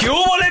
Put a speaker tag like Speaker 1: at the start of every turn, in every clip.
Speaker 1: ¿Qué hubo, le,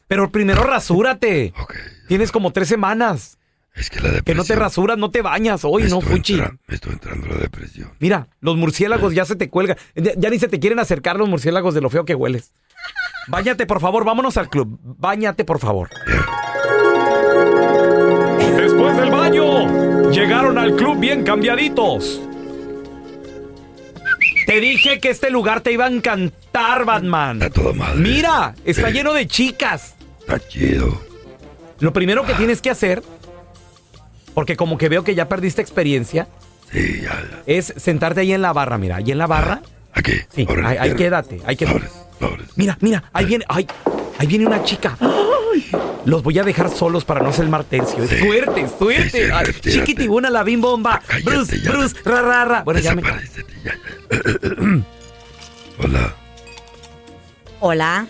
Speaker 2: Pero primero rasúrate.
Speaker 3: Ok.
Speaker 2: Tienes como tres semanas
Speaker 3: Es que la depresión.
Speaker 2: que no te rasuras, no te bañas.
Speaker 3: Me
Speaker 2: Hoy no,
Speaker 3: estoy
Speaker 2: Fuchi.
Speaker 3: entran- Me estoy entrando Eh. la depresión.
Speaker 2: Mira, los murciélagos ya se te cuelgan. Ya, ya ni se te quieren acercar los murciélagos de lo feo que hueles. Báñate, por favor, vámonos al club. Báñate, por favor.
Speaker 1: Después del baño, llegaron al club bien cambiaditos.
Speaker 2: Te dije que este lugar te iba a encantar, Batman.
Speaker 3: Está toda madre.
Speaker 2: Mira, está
Speaker 3: Sí,
Speaker 2: lleno de chicas.
Speaker 3: Está chido. Ah.
Speaker 2: Lo primero que tienes que hacer, porque como que veo que ya perdiste experiencia,
Speaker 3: Sí, ya. ya.
Speaker 2: es sentarte ahí en la barra, mira, ahí en la barra.
Speaker 3: Aquí.
Speaker 2: Sí,
Speaker 3: órale,
Speaker 2: ahí, ahí
Speaker 3: hierro.
Speaker 2: quédate, ahí quédate.
Speaker 3: Sobres, sobres.
Speaker 2: Mira, mira, ahí viene, ay, ahí viene una chica. ¡Ay! Los voy a dejar solos para no hacer mal tercio.
Speaker 3: Sí.
Speaker 2: Suerte, suerte.
Speaker 3: Sí, sí,
Speaker 2: Ay,
Speaker 3: retírate.
Speaker 2: Chiquitibuna, la bimbomba.
Speaker 3: Ah, Cállate
Speaker 2: Bruce,
Speaker 3: ya.
Speaker 2: Bruce, ra, ra, ra. Bueno, ya me...
Speaker 3: Desaparécete, ya, ya. Hola,
Speaker 4: Hola,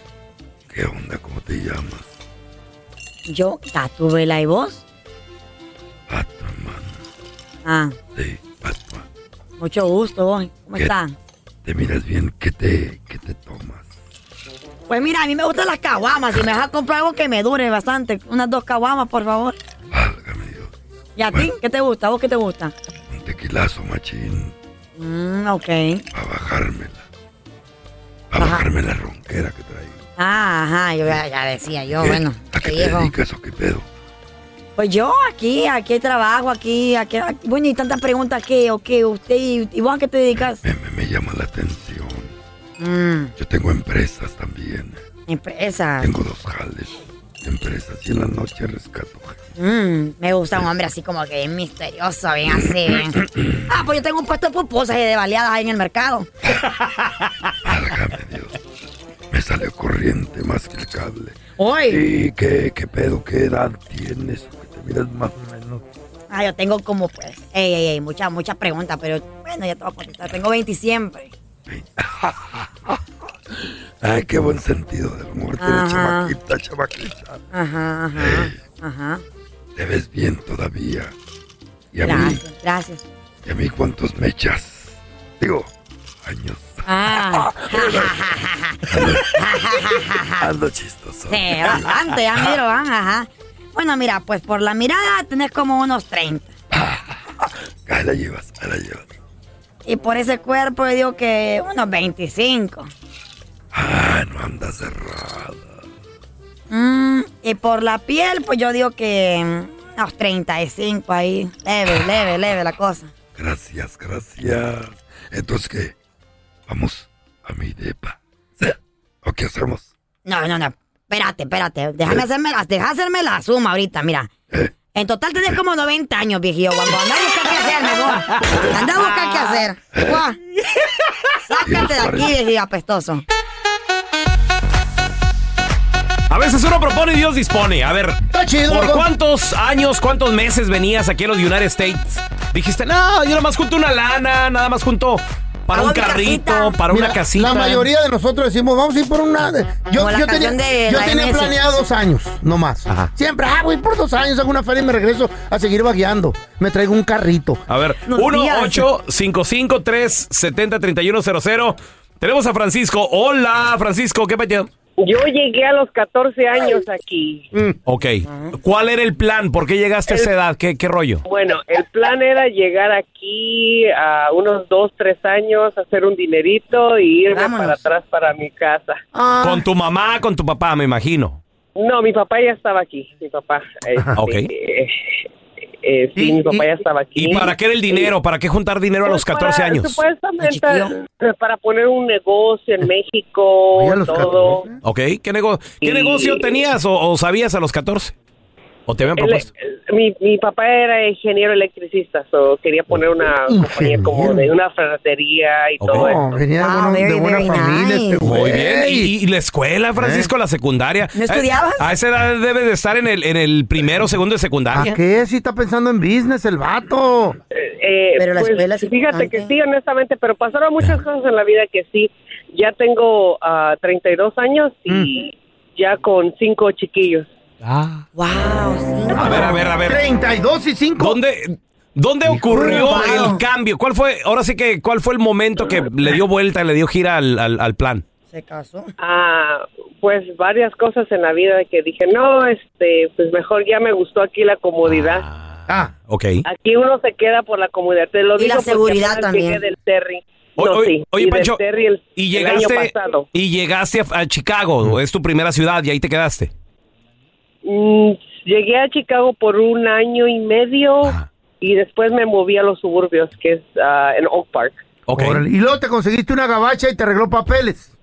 Speaker 3: ¿qué onda? ¿Cómo te llamas?
Speaker 4: yo, Tatu Vela y vos.
Speaker 3: Batman.
Speaker 4: Ah,
Speaker 3: Sí, Batman.
Speaker 4: mucho gusto, vos. ¿Cómo
Speaker 3: ¿Qué?
Speaker 4: estás?
Speaker 3: Te miras bien, ¿qué te, qué te tomas?
Speaker 4: Pues mira, a mí me gustan las caguamas. Si me vas a comprar algo que me dure bastante, unas dos caguamas, por favor.
Speaker 3: Válgame Dios.
Speaker 4: ¿Y a ti?
Speaker 3: Bueno.
Speaker 4: ¿Qué te gusta? ¿A vos qué te gusta?
Speaker 3: Un tequilazo, machín.
Speaker 4: Mmm, ok.
Speaker 3: Para bajármela. Para
Speaker 4: Ajá.
Speaker 3: bajarme la ronquera que traigo.
Speaker 4: Ah, ajá, yo ya, ya decía yo,
Speaker 3: ¿Qué?
Speaker 4: bueno.
Speaker 3: ¿A Eh, qué
Speaker 4: te
Speaker 3: te
Speaker 4: digo.
Speaker 3: dedicas o qué pedo?
Speaker 4: Pues yo aquí, aquí hay trabajo, aquí, aquí, aquí- bueno, y tantas preguntas que, o que usted, y, y vos a qué te dedicas?
Speaker 3: Me, me- me llama la atención.
Speaker 4: Mmm,
Speaker 3: Yo tengo empresas también.
Speaker 4: empresa.
Speaker 3: Tengo dos jales. de Empresas y en la noche rescato gente.
Speaker 4: Mmm, me gusta un hombre así como que bien misterioso, bien así, bien. Ah, pues yo tengo un puesto de pupusas y de baleadas ahí en el mercado.
Speaker 3: Válgame Dios. Me me salió corriente más que el cable.
Speaker 4: Hoy.
Speaker 3: ¿Y qué, qué pedo? ¿Qué edad tienes? güey? Te miras más o menos.
Speaker 4: Ah, yo tengo como, pues, ey, ey, ey, muchas, muchas preguntas, pero bueno, ya te voy a contestar. Tengo 20 siempre.
Speaker 3: Ay, qué buen sentido del humor tiene
Speaker 4: Ajá.
Speaker 3: chamaquita, chamaquita.
Speaker 4: Ajá, ajá, ajá.
Speaker 3: Te ves bien todavía. Y a mí,
Speaker 4: Gracias, gracias.
Speaker 3: y a mí cuántos mechas. Digo, años.
Speaker 4: Ah,
Speaker 3: Ando chistoso.
Speaker 4: sí, Eh, bastante, ya miro, ah, ajá. Bueno, mira, pues por la mirada tenés como unos 30.
Speaker 3: Ah, Ahí la llevas, ahí la llevas.
Speaker 4: Y por ese cuerpo yo digo que unos 25.
Speaker 3: Ah, no andas cerrada.
Speaker 4: Mm, y por la piel, pues yo digo que mm, unos 35 ahí. Leve, leve, leve la cosa.
Speaker 3: Gracias, gracias. Entonces, ¿qué? Vamos a mi depa. ¿Sí? ¿O qué hacemos?
Speaker 4: No, no, no. Espérate, espérate. Déjame hacerme la, deja hacerme la suma ahorita, mira. En total tenés como 90 años, viejillo. Cuando andá a buscar qué hacer, mejor. Andá a buscar qué hacer. Guau. Sácate de aquí, viejillo apestoso.
Speaker 2: A veces uno propone y Dios dispone. A ver,
Speaker 5: Está chido,
Speaker 2: ¿por
Speaker 5: loco.
Speaker 2: cuántos años, cuántos meses venías aquí a los United States? Dijiste, no, yo nada más junto una lana, nada más junto para
Speaker 4: Hago
Speaker 2: un
Speaker 4: mi
Speaker 2: carrito,
Speaker 4: casita".
Speaker 2: para
Speaker 5: Mira,
Speaker 2: una casita.
Speaker 5: La mayoría de nosotros decimos, vamos a ir por una. Yo,
Speaker 4: Como la
Speaker 5: yo tenía,
Speaker 4: canción de
Speaker 5: yo
Speaker 4: la
Speaker 5: tenía
Speaker 4: MS.
Speaker 5: planeado dos años, no más.
Speaker 2: Ajá.
Speaker 5: Siempre, ah, voy por dos años, hago una feria y me regreso a seguir vagueando. Me traigo un carrito.
Speaker 2: A ver,
Speaker 4: Nos días.
Speaker 2: 1-855-370-3100. Tenemos a Francisco. Hola, Francisco, ¿qué pasó?
Speaker 6: Yo llegué a los 14 años aquí.
Speaker 5: Mm.
Speaker 2: Ok. ¿Cuál era el plan? ¿Por qué llegaste a esa edad? ¿Qué, qué rollo?
Speaker 6: Bueno, el plan era llegar aquí a unos 2, 3 años, hacer un dinerito y irme
Speaker 4: Vámonos.
Speaker 6: para atrás para mi casa.
Speaker 5: Ah,
Speaker 2: Con tu mamá, con tu papá, me imagino.
Speaker 6: No, mi papá ya estaba aquí. Mi papá. este,
Speaker 2: Ah, ok.
Speaker 6: eh, eh, sí,
Speaker 5: Y-
Speaker 6: mi papá
Speaker 5: y-
Speaker 6: ya estaba aquí.
Speaker 2: ¿Y para qué era el dinero? ¿Para qué juntar dinero a los
Speaker 6: Pues
Speaker 2: 14
Speaker 6: para-
Speaker 2: años?
Speaker 6: Supuestamente
Speaker 4: Ay, chiquillo.
Speaker 6: para poner un negocio en México,
Speaker 5: Oye, a los
Speaker 6: todo.
Speaker 5: 14.
Speaker 2: Ok, ¿qué, nego- qué
Speaker 6: Y-
Speaker 2: negocio tenías o, o sabías a los 14? ¿O te habían
Speaker 6: Él-
Speaker 2: propuesto?
Speaker 6: eh, mi, mi papá era ingeniero electricista, so quería poner una compañía como de una ferretería y
Speaker 2: Ok.
Speaker 6: todo eso.
Speaker 5: no, venía de,
Speaker 4: Ah,
Speaker 5: buena- de
Speaker 4: very,
Speaker 5: buena
Speaker 4: very
Speaker 5: familia
Speaker 4: nice.
Speaker 5: este
Speaker 2: Muy
Speaker 5: güey. Eh.
Speaker 2: bien. ¿Y, y la escuela, Francisco, la secundaria?
Speaker 4: ¿No
Speaker 2: A-
Speaker 4: estudiabas?
Speaker 2: A, esa edad debes de estar en el, en el primero, segundo de
Speaker 5: ¿A
Speaker 2: secundaria.
Speaker 5: qué? Si está pensando en business el vato.
Speaker 6: Eh,
Speaker 4: Pero la escuela es
Speaker 6: Fíjate que
Speaker 4: importante.
Speaker 6: sí, honestamente, pero pasaron muchas cosas en la vida que sí. Ya tengo ah, 32 años y ya con cinco chiquillos.
Speaker 2: Ah.
Speaker 4: Wow, sí.
Speaker 2: A ver, a ver, a ver.
Speaker 5: 32 Ah. y 5.
Speaker 2: ¿Dónde, dónde ocurrió
Speaker 4: de
Speaker 2: el
Speaker 4: Pau.
Speaker 2: cambio? ¿Cuál fue, ahora sí que, cuál fue el momento que le dio vuelta, le dio gira al, al- al plan?
Speaker 4: Se casó.
Speaker 6: Ah, pues varias cosas en la vida que dije, no, este, pues mejor ya me gustó aquí la comodidad.
Speaker 5: Ah,
Speaker 2: Ok.
Speaker 6: Aquí uno se queda por la comodidad. Te
Speaker 4: Y
Speaker 6: lo digo
Speaker 4: la
Speaker 6: porque
Speaker 4: seguridad
Speaker 6: apenas
Speaker 4: también.
Speaker 6: llegué del Terry.
Speaker 2: O-
Speaker 6: No,
Speaker 2: oye,
Speaker 6: sí,
Speaker 2: oye,
Speaker 6: y del
Speaker 2: Pancho,
Speaker 6: Terry el-
Speaker 2: y
Speaker 6: el año
Speaker 2: llegaste,
Speaker 6: pasado.
Speaker 2: y llegaste a, a Chicago, es tu primera ciudad y ahí te quedaste.
Speaker 6: Mm, llegué a Chicago por un año y medio
Speaker 2: Ajá.
Speaker 6: y después me moví a los suburbios, que es ah, en Oak Park.
Speaker 2: Ok.
Speaker 5: órale. Y luego te conseguiste una gabacha y te arregló papeles.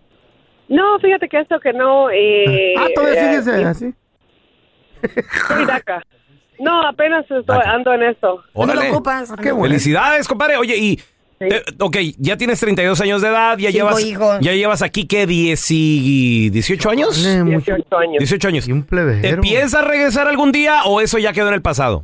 Speaker 6: No, fíjate que esto que no. Eh,
Speaker 5: ah, todavía
Speaker 6: eh,
Speaker 5: sigues eh, así.
Speaker 6: Soy DACA. No, apenas estoy-
Speaker 2: DACA.
Speaker 6: ando en eso.
Speaker 4: ¿No
Speaker 2: Órale.
Speaker 4: lo ocupas?
Speaker 5: Ah, qué bueno.
Speaker 2: Felicidades, compadre. Oye, y te- ok, ya tienes 32 años de edad, ya
Speaker 4: Cinco
Speaker 2: llevas
Speaker 4: hijos.
Speaker 2: ya llevas aquí que 18 años.
Speaker 5: Tiene mucho-
Speaker 6: 18 años.
Speaker 2: 18 años.
Speaker 5: Y un
Speaker 2: ¿Te
Speaker 5: plebero.
Speaker 2: piensas regresar algún día o eso ya quedó en el pasado?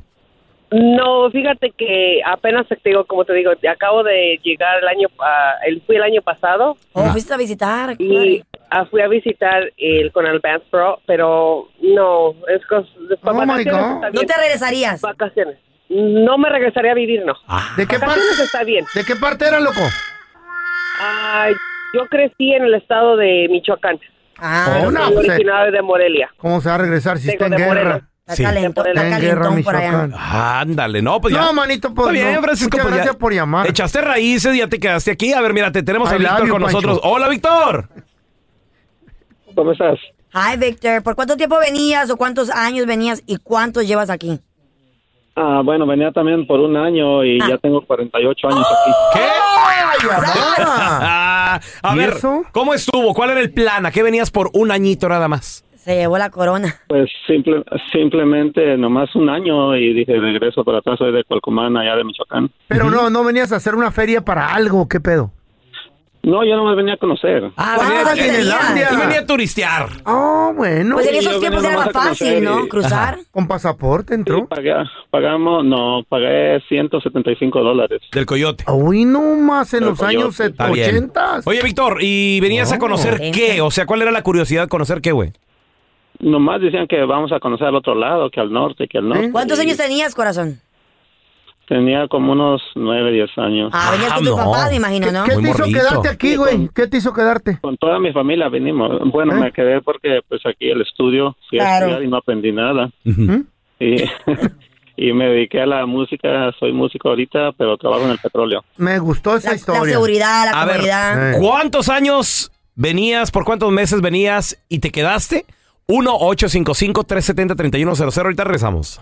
Speaker 6: No, fíjate que apenas te digo, como te digo, acabo de llegar el año, ah, el, fui el año pasado
Speaker 4: ¿O fuiste a visitar?
Speaker 6: y ah, fui a visitar el Conal Bands Pro, pero no, es cos,
Speaker 5: Oh, my God.
Speaker 4: ¿No te regresarías?
Speaker 6: Vacaciones. No me regresaría a vivir, no.
Speaker 5: Ah. ¿De qué, par-
Speaker 6: Vacaciones está bien.
Speaker 5: ¿De qué parte era, loco?
Speaker 6: Ah, yo crecí en el estado de Michoacán.
Speaker 4: Ah,
Speaker 5: Oh, no,
Speaker 6: Soy
Speaker 5: pues, eh,
Speaker 6: originario de Morelia.
Speaker 5: ¿Cómo se va a regresar si está
Speaker 6: Tengo
Speaker 5: en
Speaker 6: de
Speaker 5: guerra?
Speaker 6: Morelos.
Speaker 4: está
Speaker 2: sí.
Speaker 4: calentón,
Speaker 6: Está
Speaker 4: está
Speaker 5: Está en guerra,
Speaker 4: calentón por allá.
Speaker 5: Michoacán.
Speaker 2: Ándale, no, pues ya.
Speaker 5: No, manito, pues
Speaker 2: Está bien,
Speaker 5: no.
Speaker 2: Francisco.
Speaker 5: Muchas
Speaker 2: pues ya.
Speaker 5: gracias por llamar.
Speaker 2: Echaste raíces y ya te quedaste aquí. A ver, mira, te tenemos a
Speaker 5: I love
Speaker 2: Víctor
Speaker 5: you,
Speaker 2: con
Speaker 5: Pancho.
Speaker 2: nosotros. Hola, Víctor.
Speaker 6: ¿Cómo estás?
Speaker 4: Hi, Victor. ¿Por cuánto tiempo venías o cuántos años venías y cuántos llevas aquí?
Speaker 7: Ah, bueno, venía también por un año y
Speaker 4: Ah.
Speaker 7: ya tengo 48 años aquí.
Speaker 2: ¿Qué?
Speaker 5: Ah,
Speaker 2: Ah, a
Speaker 5: ¿Y
Speaker 2: ver,
Speaker 5: eso?
Speaker 2: ¿cómo estuvo? ¿Cuál era el plan? ¿A qué venías por un añito nada más?
Speaker 4: Se llevó la corona.
Speaker 7: Pues simple, simplemente nomás un año y dije regreso para atrás, soy de Cualcomán, allá de Michoacán.
Speaker 5: Pero no, no venías a hacer una feria para algo, ¿qué pedo?
Speaker 7: No, yo nomás venía a conocer.
Speaker 2: Ah,
Speaker 4: ¿Cuántos
Speaker 2: venía,
Speaker 4: años
Speaker 2: venía-
Speaker 4: tenías?
Speaker 2: yo venía a turistear.
Speaker 5: Ah, bueno.
Speaker 4: Pues en
Speaker 7: Sí, yo
Speaker 4: esos tiempos
Speaker 7: venía
Speaker 4: era más
Speaker 7: nomás a
Speaker 4: fácil,
Speaker 7: conocer
Speaker 4: ¿no?
Speaker 7: y-
Speaker 4: Cruzar.
Speaker 5: Con
Speaker 7: Sí,
Speaker 5: pasaporte entró.
Speaker 7: paga- pagamos, no, pagué 175 dólares.
Speaker 2: Del coyote.
Speaker 5: Uy, no más en
Speaker 7: Pero
Speaker 5: los
Speaker 7: con
Speaker 5: años
Speaker 7: yo, sí.
Speaker 2: Está bien.
Speaker 5: 80.
Speaker 2: Oye, Víctor, ¿y venías a conocer
Speaker 4: Oh. gente.
Speaker 2: qué? O sea, ¿cuál era la curiosidad? ¿Conocer qué, güey?
Speaker 7: Nomás decían que vamos a conocer al otro lado, que al norte, que al norte.
Speaker 4: ¿Cuántos
Speaker 7: Y
Speaker 4: años tenías, corazón?
Speaker 7: Tenía como unos 9, 10 años.
Speaker 4: Ah, venías
Speaker 2: Ah,
Speaker 4: con tus
Speaker 2: no.
Speaker 4: papás, me
Speaker 5: ¿Qué,
Speaker 4: imagino, ¿no?
Speaker 5: qué te
Speaker 2: Muy
Speaker 5: hizo
Speaker 2: morrito.
Speaker 5: quedarte aquí, güey? ¿Qué te hizo quedarte?
Speaker 7: Con toda mi familia venimos. Bueno,
Speaker 5: ¿Eh?
Speaker 7: me quedé porque pues aquí el estudio fui
Speaker 4: Claro.
Speaker 7: a estudiar y no aprendí nada.
Speaker 5: ¿Mm?
Speaker 7: Y, y me dediqué a la música, soy músico ahorita, pero trabajo en el petróleo.
Speaker 5: Me gustó esa
Speaker 4: La, la
Speaker 5: historia.
Speaker 4: seguridad, la
Speaker 2: A ver.
Speaker 4: comodidad.
Speaker 5: Eh.
Speaker 2: ¿Cuántos años venías, por cuántos meses venías y te quedaste? 1-855-370-3100. Ahorita regresamos.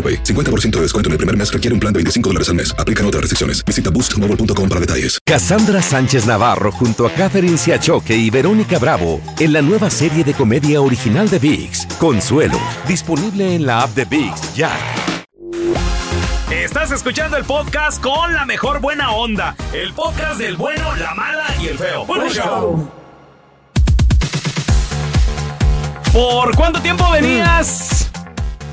Speaker 8: 50% de descuento en el primer mes requiere un plan de 25 dólares al mes. Aplican otras restricciones. Visita boostmobile.com para detalles.
Speaker 9: Cassandra Sánchez Navarro junto a Catherine Siachoque y Verónica Bravo en la nueva serie de comedia original de VIX, Consuelo, disponible en la app de VIX ya.
Speaker 2: Estás escuchando el podcast con la mejor buena onda. El podcast del bueno, la mala y el feo. Bueno, ¿Por cuánto tiempo venías?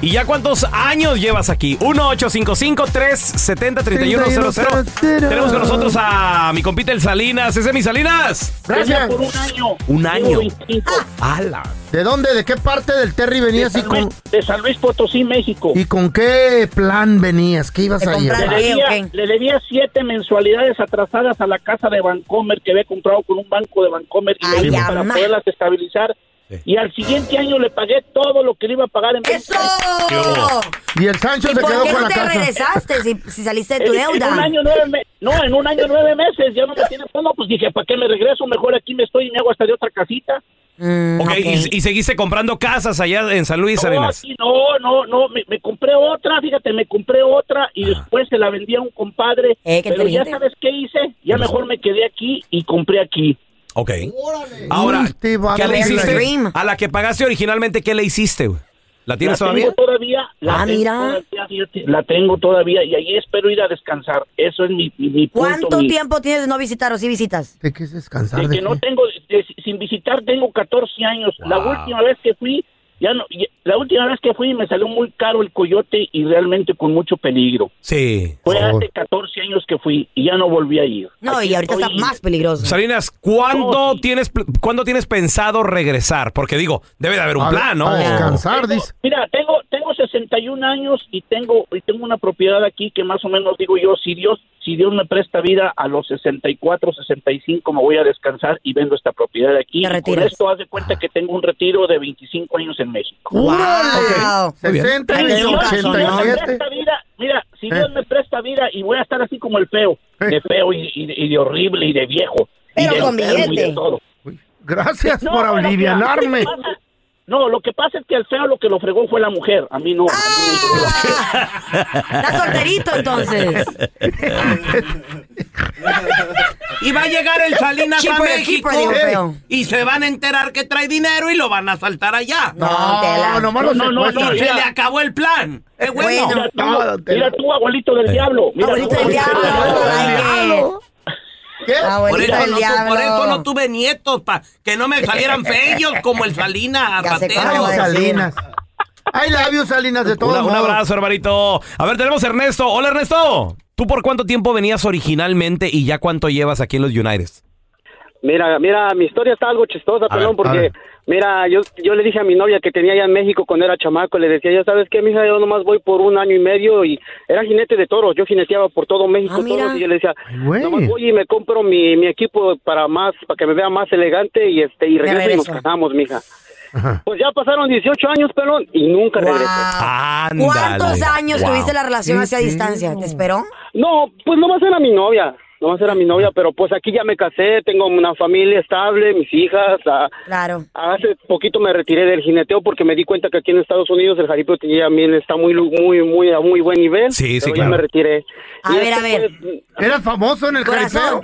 Speaker 2: ¿Y ya cuántos años llevas aquí? 1-855-370-3100. Tenemos con nosotros a mi compita el Salinas. ¿Ese es mi Salinas?
Speaker 5: Gracias.
Speaker 10: un año.
Speaker 2: Un año.
Speaker 10: Tengo 25.
Speaker 2: ¡Hala!
Speaker 5: ¿De dónde? ¿De qué parte del Terry
Speaker 10: De
Speaker 5: venías y
Speaker 10: San,
Speaker 5: con,
Speaker 10: Luis, de San Luis Potosí, México.
Speaker 5: y con qué plan venías? ¿Qué ibas
Speaker 4: De
Speaker 5: a
Speaker 4: comprar.
Speaker 5: llevar?
Speaker 10: Le debía,
Speaker 4: ok.
Speaker 10: le debía siete mensualidades atrasadas a la casa de Vancomer que había comprado con un banco de Vancomer y
Speaker 4: Ay,
Speaker 10: le dije para
Speaker 4: ama.
Speaker 10: poderlas estabilizar. Y al siguiente año le pagué todo lo que le iba a pagar en
Speaker 4: ¡Eso!
Speaker 2: hubo?
Speaker 5: Y el Sancho
Speaker 4: ¿Y
Speaker 5: se
Speaker 4: por
Speaker 5: quedó
Speaker 4: qué
Speaker 5: con
Speaker 4: no te
Speaker 5: la casa.
Speaker 4: regresaste si, si saliste de
Speaker 10: En,
Speaker 4: tu
Speaker 10: en un
Speaker 4: deuda?
Speaker 10: año nueve meses, no, en un año nueve meses ya no me tiene fondo, pues dije, ¿para qué me regreso? Mejor aquí me estoy y me hago hasta de otra casita.
Speaker 4: Mm,
Speaker 2: Ok,
Speaker 4: ok.
Speaker 2: Y, y seguiste comprando casas allá en San Luis,
Speaker 10: No,
Speaker 2: Salinas.
Speaker 10: aquí no, no, no, me, me compré otra, fíjate, me compré otra y después se la vendí a un compadre.
Speaker 4: Eh, qué
Speaker 10: pero ya
Speaker 4: inteligente.
Speaker 10: sabes qué hice, ya mejor me quedé aquí y compré aquí.
Speaker 2: Ok. Ahora,
Speaker 5: Uy, te va a
Speaker 2: ¿qué
Speaker 5: dar
Speaker 2: le
Speaker 4: la
Speaker 2: hiciste?
Speaker 4: dream.
Speaker 2: A la que pagaste originalmente, ¿qué le hiciste? güey? ¿La
Speaker 10: La
Speaker 2: tienes todavía?
Speaker 10: tengo todavía. La
Speaker 4: Ah,
Speaker 10: tengo
Speaker 4: mira.
Speaker 10: todavía, fíjate, la tengo todavía y ahí espero ir a descansar. Eso es mi, mi, mi punto.
Speaker 4: ¿Cuánto
Speaker 10: mi-
Speaker 4: tiempo tienes de no visitar o sí visitas?
Speaker 5: ¿De qué es descansar?
Speaker 10: De
Speaker 5: ¿De
Speaker 10: que no
Speaker 5: qué?
Speaker 10: tengo, de- sin visitar tengo 14 años. La
Speaker 2: Wow.
Speaker 10: última vez que fui, ya no, y- la última vez que fui me salió muy caro el coyote y realmente con mucho peligro.
Speaker 2: Sí.
Speaker 10: Fue
Speaker 5: Oh.
Speaker 10: hace 14 años que fui y ya no volví a ir.
Speaker 4: No,
Speaker 10: Aquí
Speaker 4: y ahorita está
Speaker 10: estoy.
Speaker 4: más peligroso.
Speaker 2: Salinas, ¿cuándo,
Speaker 10: No, sí.
Speaker 2: tienes, pl- ¿cuándo tienes pensado regresar? Porque digo, debe de haber un
Speaker 5: A-
Speaker 2: plan, ¿no?
Speaker 5: A descansar,
Speaker 10: Tengo-
Speaker 5: dice.
Speaker 10: mira, tengo tengo 61 años y tengo y tengo una propiedad aquí que más o menos digo yo, si Dios si Dios me presta vida a los 64, 65 me voy a descansar y vendo esta propiedad de aquí.
Speaker 4: Te
Speaker 10: Y Con
Speaker 4: retiras.
Speaker 10: esto haz de cuenta que tengo un retiro de 25 años en México.
Speaker 4: ¡Wow!
Speaker 2: Muy bien.
Speaker 5: 60
Speaker 4: Ay,
Speaker 5: y
Speaker 4: Dios,
Speaker 10: si Dios me
Speaker 5: 87.
Speaker 10: presta vida, mira, si Dios
Speaker 5: Eh.
Speaker 10: me presta vida y voy a estar así como el feo, de feo y, y de- y de horrible y de viejo. y
Speaker 4: Pero
Speaker 10: de
Speaker 4: con
Speaker 10: enfermo y de
Speaker 4: billete.
Speaker 10: todo.
Speaker 5: Uy, Gracias
Speaker 10: No,
Speaker 5: por
Speaker 10: lo que-
Speaker 5: alivianarme.
Speaker 10: lo que pasa- No, lo que pasa es que al feo lo que lo fregó fue la mujer, a mí no. a mí-
Speaker 4: Estás solterito entonces.
Speaker 2: Y va a llegar el Salinas
Speaker 4: Cheaper, cheaper, digo, feo.
Speaker 2: y se van a enterar que trae dinero y lo van a saltar allá.
Speaker 4: No,
Speaker 5: No,
Speaker 4: tela.
Speaker 5: nomás lo
Speaker 10: No, no, no,
Speaker 5: secuestran.
Speaker 10: no, ya.
Speaker 2: acabó el plan. Eh, Es
Speaker 4: Bueno.
Speaker 10: Mira tú,
Speaker 5: No, te-
Speaker 10: mira tú, abuelito del diablo. Mira
Speaker 4: Abuelito
Speaker 10: tú,
Speaker 4: del diablo. ay,
Speaker 5: ¿Qué?
Speaker 4: qué- Abuelito del diablo.
Speaker 2: tuve nietos, para que no me salieran feos como el Salinas.
Speaker 4: Ya sé Patero.
Speaker 5: Ay,
Speaker 4: cómo va a decir.
Speaker 5: Salinas. Ay, labios Salinas de todo.
Speaker 2: un abrazo, hermanito. A ver, tenemos a Ernesto. Hola, Ernesto. ¿Tú por cuánto tiempo venías originalmente y ya cuánto llevas aquí en los United?
Speaker 11: Mira, mira, mi historia está algo chistosa, pelón, porque,
Speaker 12: ver.
Speaker 11: mira, yo, yo le dije a mi novia que tenía allá en México cuando era chamaco, le decía, ya sabes qué, mija, yo nomás voy por un año y medio y era jinete de toros, yo jineteaba por todo México,
Speaker 4: Ah,
Speaker 11: toros, y yo le decía,
Speaker 5: güey.
Speaker 11: nomás voy y me compro mi, mi equipo para más, para que me vea más elegante y este, y
Speaker 5: Me
Speaker 11: regreso y nos
Speaker 5: regreso.
Speaker 11: casamos, mija. Pues ya pasaron 18 años, pelón, y nunca regresé.
Speaker 4: ¿Cuántos años tuviste la relación hacia distancia? ¿Te esperó?
Speaker 11: No, pues nomás era mi novia. Nomás era mi novia, pero pues aquí ya me casé, tengo una familia estable, mis hijas. ah,
Speaker 4: Claro.
Speaker 11: hace poquito me retiré del jineteo porque me di cuenta que aquí en Estados Unidos el jaripeo también está muy, lu- muy, muy, a muy buen nivel.
Speaker 5: Sí, sí,
Speaker 11: pero
Speaker 5: claro.
Speaker 11: Ya me retiré.
Speaker 4: A ver, a ver.
Speaker 5: ¿Eras famoso en el
Speaker 11: jaripeo?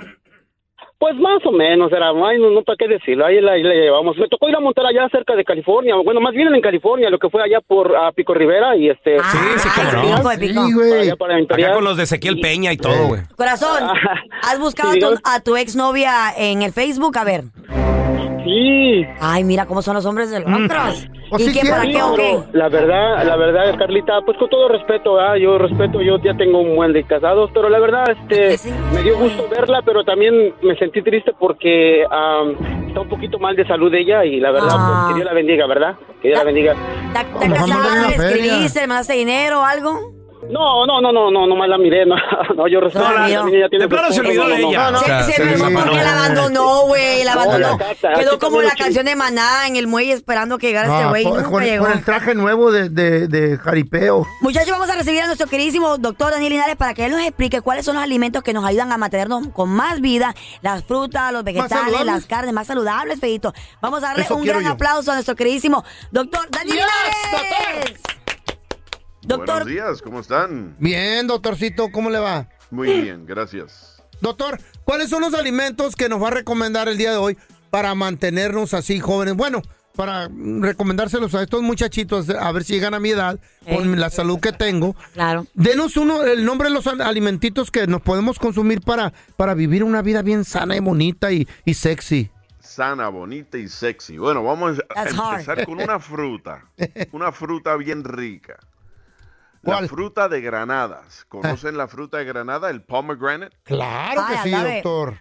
Speaker 11: Pues más o menos, era, ay, no, no, para qué decirlo, ahí la, ahí la llevamos. Me tocó ir a montar allá cerca de California, bueno, más bien en California, lo que fue allá por ah, Pico Rivera y este... Sí, sí,
Speaker 4: Ah, Pico de pico.
Speaker 11: Allá para Imperial.
Speaker 13: Acá con los de Ezequiel Peña y todo, güey.
Speaker 4: Corazón, ¿has buscado a tu, a tu exnovia en el Facebook? A ver.
Speaker 11: Sí.
Speaker 4: Ay, mira cómo son los hombres
Speaker 5: Mm.
Speaker 4: de los otros.
Speaker 11: Pues
Speaker 4: ¿Y
Speaker 11: sí
Speaker 4: qué,
Speaker 11: quiero.
Speaker 4: para qué o qué?
Speaker 11: La verdad, la verdad, Carlita, pues con todo respeto, ¿verdad? yo respeto, yo ya tengo un buen de casados, pero la verdad, este, me dio gusto verla, pero también me sentí triste porque am, está un poquito mal de salud ella y la verdad, pues, que Dios la bendiga, ¿verdad? Que Dios la bendiga.
Speaker 4: ¿Te casaste? ¿Le escribiste? ¿Le mandaste dinero o algo?
Speaker 11: No, no, no, no, no, nomás la miré, no, no yo respeto.
Speaker 4: la
Speaker 11: la niña ya tiene esposo, no, no, no.
Speaker 4: Se, se enfermó porque la abandonó, güey. La abandonó. Quedó como la canción de Maná en el muelle esperando que llegara este
Speaker 5: Ah,
Speaker 4: güey. y
Speaker 5: con,
Speaker 4: nunca
Speaker 5: con-
Speaker 4: llegó.
Speaker 5: con el traje nuevo de, de, de jaripeo.
Speaker 4: Muchachos, vamos a recibir a nuestro queridísimo doctor Daniel Linares para que él nos explique cuáles son los alimentos que nos ayudan a mantenernos con más vida. Las frutas, los vegetales,
Speaker 14: saludables?
Speaker 4: las carnes más saludables, Feito. Vamos a darle
Speaker 14: Eso
Speaker 4: un
Speaker 14: quiero
Speaker 4: gran
Speaker 14: yo.
Speaker 4: aplauso a nuestro queridísimo doctor Daniel Linares.
Speaker 15: Buenos días, ¿cómo están?
Speaker 5: Bien, doctorcito, ¿cómo le va?
Speaker 15: Muy bien, gracias.
Speaker 5: Doctor, ¿cuáles son los alimentos que nos va a recomendar el día de hoy para mantenernos así jóvenes? Bueno, para mm, recomendárselos a estos muchachitos, a ver si llegan a mi edad, con la salud que tengo.
Speaker 4: Claro.
Speaker 5: Denos uno, el nombre de los al- alimentitos que nos podemos consumir para, para vivir una vida bien sana y bonita y, y sexy.
Speaker 15: Sana, bonita y sexy. Bueno, vamos a
Speaker 5: That's hard.
Speaker 15: empezar con una fruta. Una fruta bien rica. La fruta de granadas. ¿Conocen la fruta de granada, el pomegranate?
Speaker 5: Claro que sí, doctor.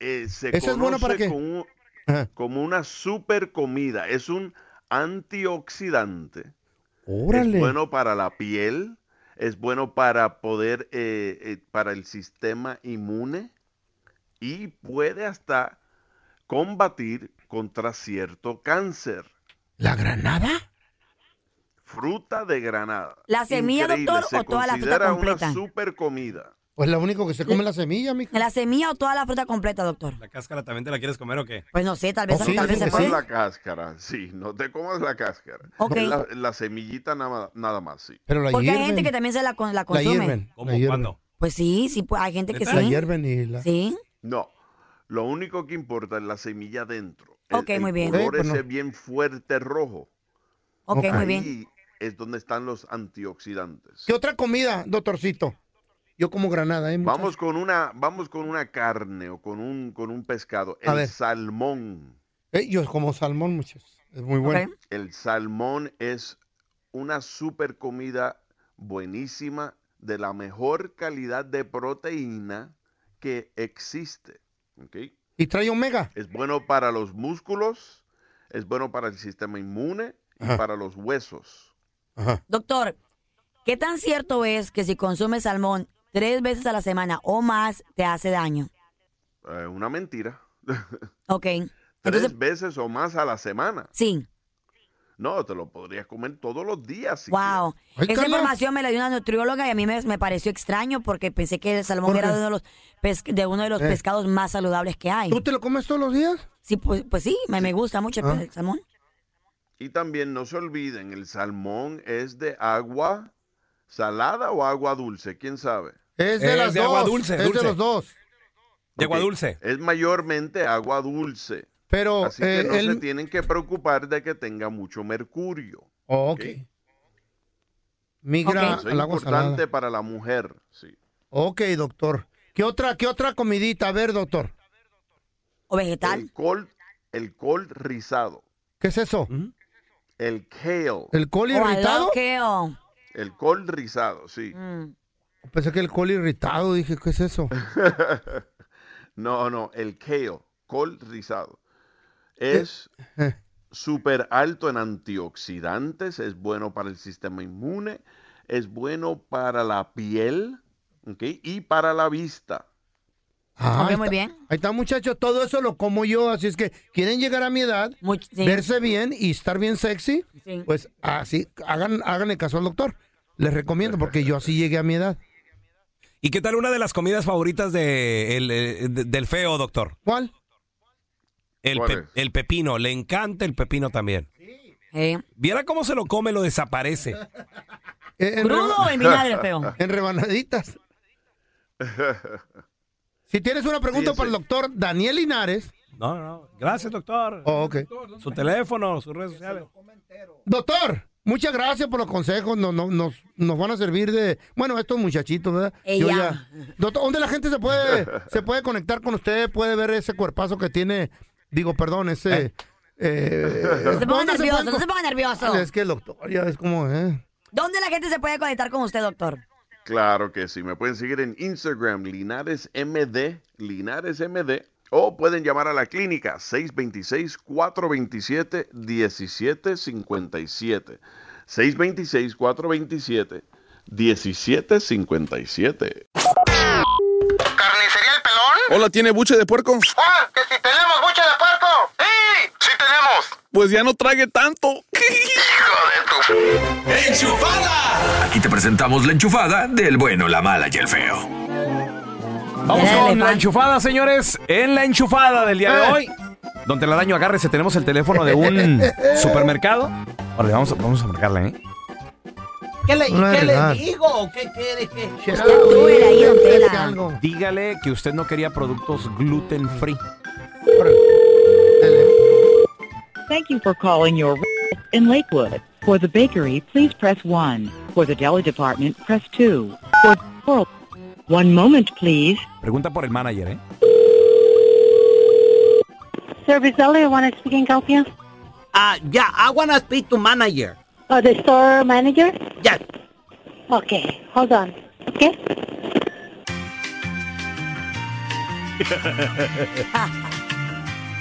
Speaker 15: Eh, se
Speaker 5: ¿Esa es buena
Speaker 15: conoce
Speaker 5: para qué?
Speaker 15: como, un-
Speaker 5: Ajá.
Speaker 15: como una super comida. Es un antioxidante.
Speaker 5: Órale.
Speaker 15: Es bueno para la piel. Es bueno para poder, eh, eh, para el sistema inmune. Y puede hasta combatir contra cierto cáncer.
Speaker 5: ¿La granada?
Speaker 15: Fruta de granada.
Speaker 4: ¿La semilla,
Speaker 15: Increíble,
Speaker 4: doctor,
Speaker 15: se
Speaker 4: o toda la fruta
Speaker 15: considera
Speaker 4: completa?
Speaker 15: una super comida.
Speaker 5: Pues lo único que se come es la semilla, mija.
Speaker 4: ¿La semilla o toda la fruta completa, doctor?
Speaker 13: ¿La cáscara también te la quieres comer o qué?
Speaker 4: Pues no sé, tal vez,
Speaker 15: No
Speaker 4: tal
Speaker 15: te
Speaker 4: vez se
Speaker 15: comas
Speaker 4: puede.
Speaker 15: la cáscara, sí, no te comas la cáscara.
Speaker 4: Ok.
Speaker 15: La, la semillita nada, nada más, sí.
Speaker 5: Pero
Speaker 4: Porque hay gente que también se la, con- la consume. Pues sí, sí, pues, hay gente que sí. Sí.
Speaker 15: No, lo único que importa es la semilla adentro.
Speaker 4: Ok, muy bien.
Speaker 15: El
Speaker 4: Eh,
Speaker 15: color
Speaker 4: pues no.
Speaker 15: ese bien fuerte rojo.
Speaker 4: Ok, muy bien.
Speaker 15: Ahí es donde están los antioxidantes.
Speaker 5: ¿Qué otra comida, doctorcito? Yo como granada, ¿eh? muchacho?
Speaker 15: Vamos con una, vamos con una carne o con un, con un pescado.
Speaker 5: A
Speaker 15: el
Speaker 5: ver.
Speaker 15: salmón.
Speaker 5: Eh, yo como salmón, muchachos. Es muy bueno.
Speaker 15: El salmón es una super comida buenísima, de la mejor calidad de proteína que existe. ¿ok?
Speaker 5: ¿Y trae omega?
Speaker 15: Es bueno para los músculos, es bueno para el sistema inmune y para los huesos.
Speaker 4: Doctor, ¿qué tan cierto es que si consumes salmón tres veces a la semana o más te hace daño?
Speaker 15: Eh, una mentira.
Speaker 4: Ok.
Speaker 15: Tres veces o más a la semana.
Speaker 4: Sí.
Speaker 15: No, te lo podrías comer todos los días. si
Speaker 4: Wow.
Speaker 15: quieres.
Speaker 4: Esa información me la dio una nutrióloga y a mí me, me pareció extraño porque pensé que el salmón
Speaker 15: ¿Por
Speaker 4: era
Speaker 15: qué?
Speaker 4: uno de los, pes- de uno de los
Speaker 15: Eh.
Speaker 4: pescados más saludables que hay.
Speaker 5: ¿Tú te lo comes todos los días?
Speaker 4: Sí, pues, pues sí, me, me gusta mucho el,
Speaker 15: Ah.
Speaker 4: el salmón.
Speaker 15: Y también no se olviden, el salmón es de agua salada o agua dulce, quién sabe.
Speaker 5: Es de las dos. es de los dos.
Speaker 13: De agua
Speaker 15: Ok,
Speaker 13: dulce.
Speaker 15: Es mayormente agua dulce.
Speaker 5: Pero
Speaker 15: Así que
Speaker 5: eh,
Speaker 15: no se
Speaker 5: él-
Speaker 15: tienen que preocupar de que tenga mucho mercurio.
Speaker 5: Oh, ok. Migra
Speaker 15: Eso es
Speaker 5: al agua
Speaker 15: importante
Speaker 5: salada.
Speaker 15: para la mujer. Sí.
Speaker 5: Ok, doctor. ¿Qué otra, ¿Qué otra comidita? A ver, doctor.
Speaker 4: ¿O vegetal?
Speaker 15: El col, el col rizado.
Speaker 5: ¿Qué es eso?
Speaker 15: El kale.
Speaker 5: ¿El col
Speaker 4: Oh, I love
Speaker 5: irritado?
Speaker 4: kale.
Speaker 15: El col rizado, sí.
Speaker 5: Mm. Pensé que el col irritado, dije, ¿qué es eso?
Speaker 15: No, no, el kale. col rizado. Es súper alto en antioxidantes, es bueno para el sistema inmune, es bueno para la piel ¿ok? y para la vista.
Speaker 5: Ah, muy bien. Ahí está, muchachos. Todo eso lo como yo. Así es que, ¿quieren llegar a mi edad?
Speaker 4: sí.
Speaker 5: Verse bien y estar bien sexy.
Speaker 4: Sí.
Speaker 5: Pues así, hagan, háganle caso al doctor. Les recomiendo porque yo así llegué a mi edad.
Speaker 13: ¿Y qué tal una de las comidas favoritas de el, eh, de- del feo, doctor?
Speaker 5: ¿Cuál?
Speaker 13: El,
Speaker 4: ¿Cuál
Speaker 13: pe- el pepino. Le encanta el pepino también.
Speaker 4: Eh,
Speaker 13: Viera cómo se lo come, lo desaparece.
Speaker 4: ¿Crudo o en vinagre, feo?
Speaker 5: Eh, En rebanaditas. Si tienes una pregunta
Speaker 13: Fíjese.
Speaker 5: para el doctor Daniel Linares.
Speaker 13: No, no. Gracias, doctor.
Speaker 5: Oh, ok.
Speaker 13: Su teléfono, sus redes sociales.
Speaker 5: Doctor, muchas gracias por los consejos. No, no, nos, nos van a servir de. Bueno, estos muchachitos, ¿verdad? Yo
Speaker 4: Ella.
Speaker 5: ya- Doctor, ¿dónde la gente se puede, se puede conectar con usted? ¿Puede ver ese cuerpazo que tiene? Digo, perdón, ese. eh,
Speaker 4: No se ponga
Speaker 5: ¿dónde
Speaker 4: nervioso,
Speaker 5: puede-
Speaker 4: no se ponga nervioso.
Speaker 5: Es que el doctor, ya ves cómo es.
Speaker 4: ¿Dónde la gente se puede conectar con usted, doctor?
Speaker 15: Claro que sí. Me pueden seguir en Instagram, LinaresMD, LinaresMD, o pueden llamar a la clínica 626-427-1757. 626-427-1757.
Speaker 12: ¿Carnicería el pelón?
Speaker 14: Hola, ¿tiene buche de puerco?
Speaker 12: ¡Ah! ¡Que si tenemos buche de puerco! ¡Sí! ¡Sí tenemos!
Speaker 14: Pues ya no trague tanto.
Speaker 12: ¡Hijo de tu... ¡Enchufada!
Speaker 16: Aquí te presentamos la enchufada del bueno, la mala y el feo.
Speaker 2: Vamos con la enchufada, señores. En la enchufada del día de hoy. Don Telaraño, agárrese. Tenemos el teléfono de un supermercado. Ahora vamos a, vamos a marcarle, ¿eh?
Speaker 17: ¿Qué le,
Speaker 2: No es
Speaker 17: ¿qué le
Speaker 2: verdad.
Speaker 17: digo? ¿O ¿Qué quiere que.?
Speaker 2: Dígale que usted no quería productos gluten free.
Speaker 18: Thank you for calling your in Lakewood. For the bakery, please press 1. For the deli department, press 2. For for- One moment, please.
Speaker 2: Pregunta por el manager, ¿eh?
Speaker 19: Sir Rizzo, you want to speak and help you?
Speaker 17: Ah, yeah, I want to speak to manager.
Speaker 19: Oh, the store manager?
Speaker 17: Yes.
Speaker 19: Okay, hold on. Okay?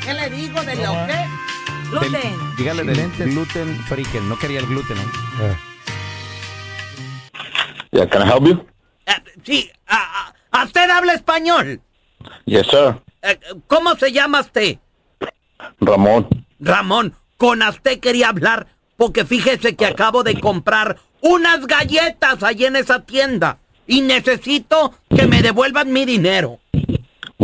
Speaker 17: ¿Qué le digo de lo que?
Speaker 2: Del- dígale del gluten free, que no quería el gluten, ¿eh?
Speaker 20: Yeah, can I help you?
Speaker 17: Ah, sí, ah, ah, ah, usted habla español.
Speaker 20: Yes, sir.
Speaker 17: Eh, ¿Cómo se llama usted?
Speaker 20: Ramón.
Speaker 17: Ramón, con usted quería hablar porque fíjese que acabo de comprar unas galletas allí en esa tienda y necesito que me devuelvan mi dinero.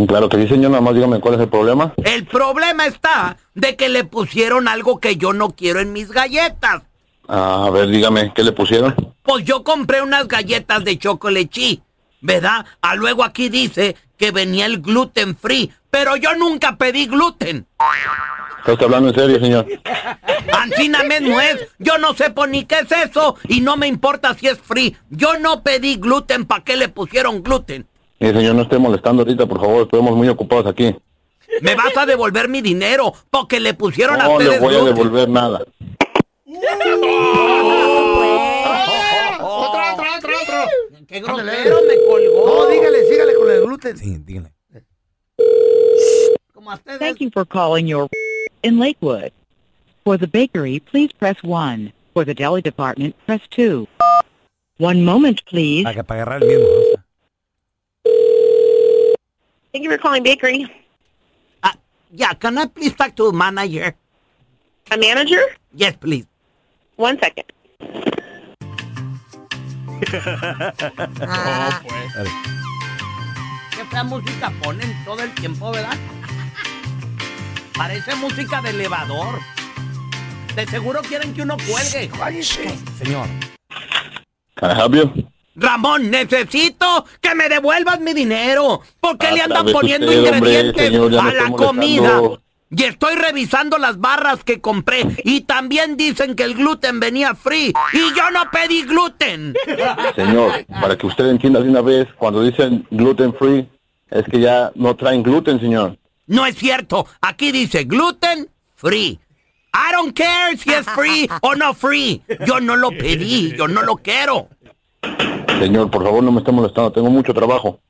Speaker 20: Claro que sí, señor. Nada más dígame cuál es el problema.
Speaker 17: El problema está de que le pusieron algo que yo no quiero en mis galletas.
Speaker 20: Ah, a ver, dígame, ¿qué le pusieron?
Speaker 17: Pues yo compré unas galletas de chocolate chip, ¿verdad? A luego aquí dice que venía el gluten free, pero yo nunca pedí gluten.
Speaker 20: ¿Está usted hablando en serio, señor?
Speaker 17: Ancina mismo es, yo no sé por ni qué es eso y no me importa si es free. Yo no pedí gluten, ¿para qué le pusieron gluten?
Speaker 20: Mire, señor, no esté molestando ahorita, por favor. Estamos muy ocupados aquí.
Speaker 17: Me vas a devolver mi dinero porque le pusieron a
Speaker 20: No le
Speaker 17: ustedes
Speaker 20: voy a
Speaker 17: gluten.
Speaker 20: devolver nada.
Speaker 5: Otra, otra, otra, otra.
Speaker 17: Qué grosero me colgó.
Speaker 5: No, dígale, sígale con el gluten.
Speaker 18: Thank you for calling your in Lakewood. For the bakery, please press 1. For the deli department, press 2. One moment, please.
Speaker 2: Para, para agarrar el mismo. ¿no?
Speaker 19: Thank you for calling bakery.
Speaker 17: Ah, Yeah, can I please talk to a manager?
Speaker 19: A manager?
Speaker 17: Yes, please.
Speaker 19: One second.
Speaker 17: No, pues. Qué fea música ponen todo el tiempo, ¿verdad? Parece música de elevador. De seguro quieren que uno cuelgue.
Speaker 2: Señor.
Speaker 20: Can I help you?
Speaker 17: Ramón, necesito que me devuelvas mi dinero. ¿Por qué le
Speaker 20: Otra
Speaker 17: andan
Speaker 20: vez
Speaker 17: poniendo
Speaker 20: usted, hombre,
Speaker 17: ingredientes
Speaker 20: señor, ya me
Speaker 17: a
Speaker 20: estoy
Speaker 17: la comida?
Speaker 20: molestando.
Speaker 17: Y estoy revisando las barras que compré y también dicen que el gluten venía free y yo no pedí gluten.
Speaker 20: Señor, para que usted entienda de una vez, cuando dicen gluten free, es que ya no traen gluten, señor.
Speaker 17: No es cierto. Aquí dice gluten free. I don't care si es free o no free. Yo no lo pedí, yo no lo quiero.
Speaker 20: Señor, por favor, no me esté molestando. Tengo mucho trabajo.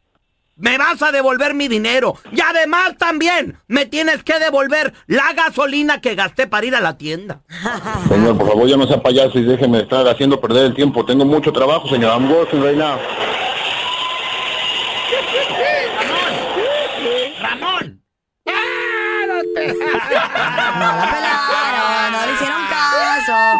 Speaker 17: me vas a devolver mi dinero. Y además también me tienes que devolver la gasolina que gasté para ir a la tienda.
Speaker 20: Señor, por favor, ya no sea payaso y déjeme estar haciendo perder el tiempo. Tengo mucho trabajo, señor. I'm working right now.
Speaker 17: ¡Ramón!
Speaker 4: ¡Ah, No la pelaron, no le hicieron caso.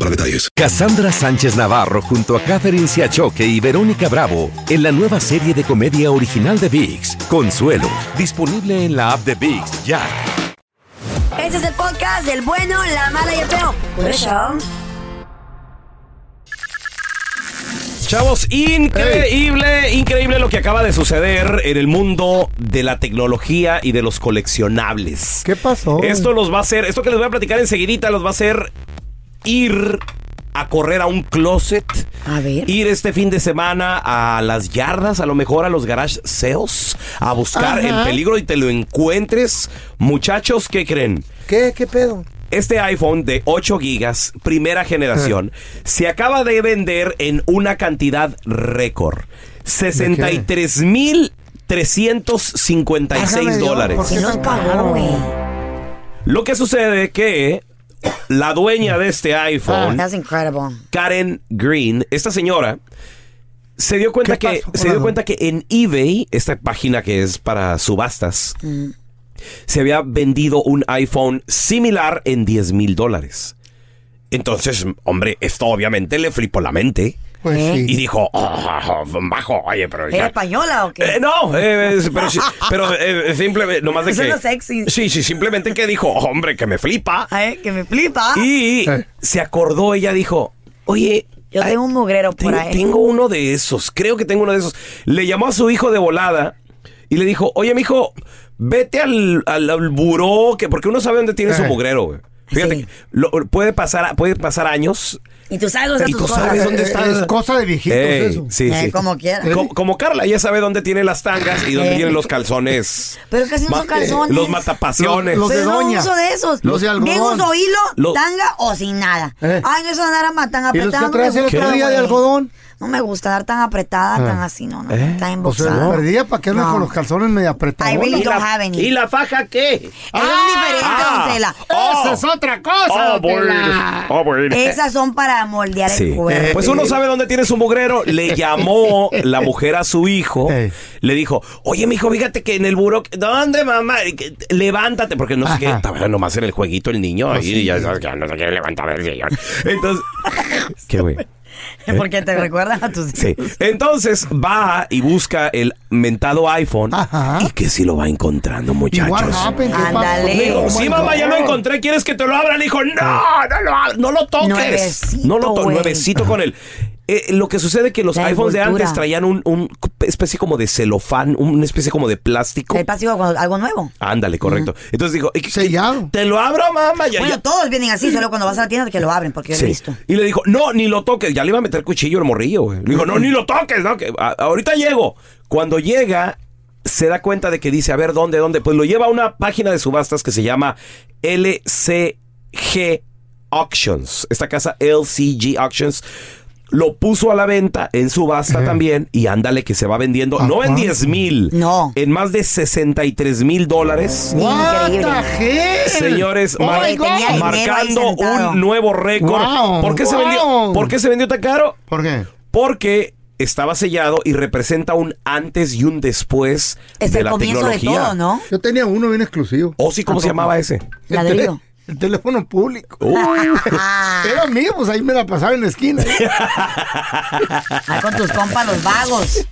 Speaker 8: para detalles.
Speaker 9: Cassandra Sánchez Navarro junto a Catherine Siachoque y Verónica Bravo en la nueva serie de comedia original de VIX, Consuelo, disponible en la app de VIX ya.
Speaker 4: Este es el podcast del bueno, la mala y el feo. Por eso.
Speaker 2: Chavos, increíble, increíble lo que acaba de suceder en el mundo de la tecnología y de los coleccionables.
Speaker 5: ¿Qué pasó?
Speaker 2: Esto los va a hacer, esto que les voy a platicar enseguidita los va a hacer ir a correr a un closet.
Speaker 4: A ver.
Speaker 2: Ir este fin de semana a las yardas, a lo mejor a los garage sales, a buscar
Speaker 5: Ajá.
Speaker 2: el peligro y te lo encuentres. Muchachos, ¿qué creen?
Speaker 5: ¿Qué? ¿Qué pedo?
Speaker 2: Este iPhone de 8 gigas, primera
Speaker 5: Ah.
Speaker 2: generación, se acaba de vender en una cantidad récord. 63,356 dólares.
Speaker 4: ¿Por qué nos pagó, güey?
Speaker 2: Lo que sucede que la dueña de este
Speaker 4: Ah,
Speaker 2: iPhone,
Speaker 4: that's incredible.
Speaker 2: Karen Green, esta señora, se dio cuenta que se dio cuenta que en eBay, esta página que es para subastas,
Speaker 4: Mm.
Speaker 2: se había vendido un iPhone similar en 10 mil dólares. Entonces, hombre, esto obviamente le flipó la mente. Y dijo, "Oh, bajo, oye, pero...
Speaker 4: ¿Eh? ¿Era española o qué?
Speaker 2: Eh, no, eh, es- pero, sí- pero, eh, simplemente, nomás de
Speaker 4: Eso
Speaker 2: que...
Speaker 4: es lo sexy.
Speaker 2: Sí, sí, simplemente que dijo, hombre, que me flipa.
Speaker 4: Ay, que me flipa.
Speaker 2: Y se acordó, ella dijo, oye...
Speaker 4: Yo tengo un mugrero por
Speaker 2: Tengo,
Speaker 4: ahí.
Speaker 2: tengo uno de esos, creo que tengo uno de esos. Le llamó a su hijo de volada y le dijo, oye, mijo, vete al, al, al buró, que, porque uno sabe dónde tiene su mugrero, güey. Fíjate, que lo- puede, pasar, puede pasar años.
Speaker 4: Y tú sabes dónde
Speaker 2: Y
Speaker 4: están
Speaker 2: tú
Speaker 4: tus
Speaker 2: sabes
Speaker 4: cosas.
Speaker 5: Eh,
Speaker 2: dónde está.
Speaker 5: Es cosa de viejitos
Speaker 2: Ey,
Speaker 5: eso.
Speaker 2: sí,
Speaker 4: Eh,
Speaker 2: sí.
Speaker 4: como quiera.
Speaker 2: Como, como Carla, ya sabe dónde tiene las tangas y dónde
Speaker 4: Eh.
Speaker 2: tiene los calzones.
Speaker 4: Pero casi no
Speaker 5: eh,
Speaker 2: Ma-
Speaker 4: son calzones.
Speaker 2: Los matapasiones.
Speaker 4: Pero no uso de esos.
Speaker 2: Los de algodón.
Speaker 4: Bien uso hilo,
Speaker 2: Los-
Speaker 4: tanga o sin nada.
Speaker 2: Eh.
Speaker 4: Ay, no, eso de andar ama- tan
Speaker 5: ¿Y los que
Speaker 4: apretada. no me
Speaker 5: traes el
Speaker 4: gusta,
Speaker 5: otro día de
Speaker 4: güey.
Speaker 5: algodón?
Speaker 4: No me gusta andar tan apretada,
Speaker 5: Ah.
Speaker 4: tan así, no, no.
Speaker 5: ¿Eh?
Speaker 4: Tan
Speaker 5: O sea,
Speaker 4: embozada.
Speaker 5: perdida para que andas con los calzones medio apretados.
Speaker 4: I really don't have any.
Speaker 5: y
Speaker 4: la
Speaker 2: faja qué?
Speaker 4: Eso es diferente,
Speaker 5: Ah.
Speaker 4: don Tela.
Speaker 5: Oh. Esa es otra cosa, Ah, don bueno. Tela.
Speaker 2: Ah, bueno.
Speaker 4: Esas son para moldear
Speaker 2: Oh, Sí.
Speaker 4: el cuerpo.
Speaker 2: Pues uno sabe dónde tiene su mugrero. Le llamó la mujer a su hijo. Le dijo, oye, mijo, fíjate que en el buró... ¿Dónde, mamá? Y que- Levántate, porque no sé qué. Estaba nomás en el jueguito el niño. ahí, y ya sabes que no se quiere levantar el señor. Entonces... ¿Qué, güey?
Speaker 4: Porque
Speaker 2: Eh.
Speaker 4: te recuerdan a tus...
Speaker 2: Sí. Entonces va y busca el mentado iPhone. Y que si lo va encontrando, muchachos.
Speaker 17: pues,
Speaker 4: Ándale.
Speaker 2: Le dijo, sí, mamá, ya lo encontré. ¿Quieres que te lo abra? Le dijo, no, no lo, ab- no lo toques.
Speaker 4: Nuevecito,
Speaker 2: no lo toques.
Speaker 4: güey.
Speaker 2: Nuevecito con él. Eh, lo que sucede es que los
Speaker 4: La
Speaker 2: iPhones de
Speaker 4: envoltura.
Speaker 2: antes traían un, un especie como de celofán, una especie como de plástico.
Speaker 4: El pasivo con algo nuevo.
Speaker 2: Ándale, correcto. Entonces dijo, "¿Y- ¿te lo abro, mamá? Ya,
Speaker 4: bueno,
Speaker 2: ya".
Speaker 4: todos vienen así, solo cuando vas a la tienda que lo abren, porque yo
Speaker 2: Sí.
Speaker 4: lo he visto.
Speaker 2: Y le dijo, no, ni lo toques. Ya le iba a meter cuchillo al morrillo, güey. Le dijo, no, ni lo toques, no, que a- ahorita llego. Cuando llega, se da cuenta de que dice, a ver, ¿dónde, dónde? Pues lo lleva a una página de subastas que se llama LCG Auctions. Esta casa LCG Auctions. Lo puso a la venta en subasta también y ándale que se va vendiendo, no en 10 mil, no. en más de 63 mil dólares.
Speaker 5: What the hell?
Speaker 2: Señores,
Speaker 5: Oh
Speaker 2: mar-
Speaker 5: my God.
Speaker 2: marcando un nuevo récord.
Speaker 5: Wow.
Speaker 2: ¿Por, qué se vendió,
Speaker 5: Wow.
Speaker 2: ¿Por qué se vendió tan caro? ¿Por qué? Porque estaba sellado y representa un antes y un después
Speaker 5: Es
Speaker 2: de
Speaker 5: el
Speaker 2: la
Speaker 5: comienzo de
Speaker 2: tecnología.
Speaker 5: todo, ¿no? Yo tenía uno bien exclusivo. Ah,
Speaker 2: ¿O sí, cómo se llamaba ese?
Speaker 5: Ladrillo. El teléfono público.
Speaker 2: Uh.
Speaker 5: Era mío, pues ahí me la pasaba en la esquina.
Speaker 17: pues,
Speaker 4: Ah, con tus compas los vagos.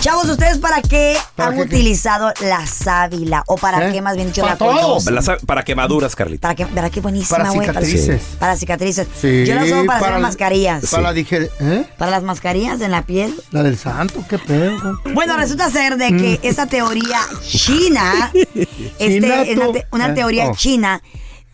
Speaker 4: Chavos, ¿ustedes para qué
Speaker 2: ¿Para
Speaker 4: han
Speaker 2: qué, qué?
Speaker 4: utilizado la sábila? ¿O para
Speaker 2: ¿Eh?
Speaker 4: qué, más bien dicho, la conocen?
Speaker 2: Las- para quemaduras, Carlita.
Speaker 4: Para que, ¿verdad qué buenísima,
Speaker 2: Para
Speaker 4: güey?
Speaker 2: cicatrices.
Speaker 4: Para, para cicatrices. Yo la uso para, hacer mascarillas.
Speaker 5: Para la dije, ¿eh?
Speaker 4: Para las mascarillas en la piel.
Speaker 5: La del santo, qué pedo.
Speaker 4: Bueno, resulta ser de
Speaker 2: Mm.
Speaker 4: que esa teoría china, este,
Speaker 5: Chinato.
Speaker 4: es una, te- una
Speaker 2: Ah,
Speaker 5: Eh,
Speaker 4: teoría
Speaker 5: oh.
Speaker 4: china,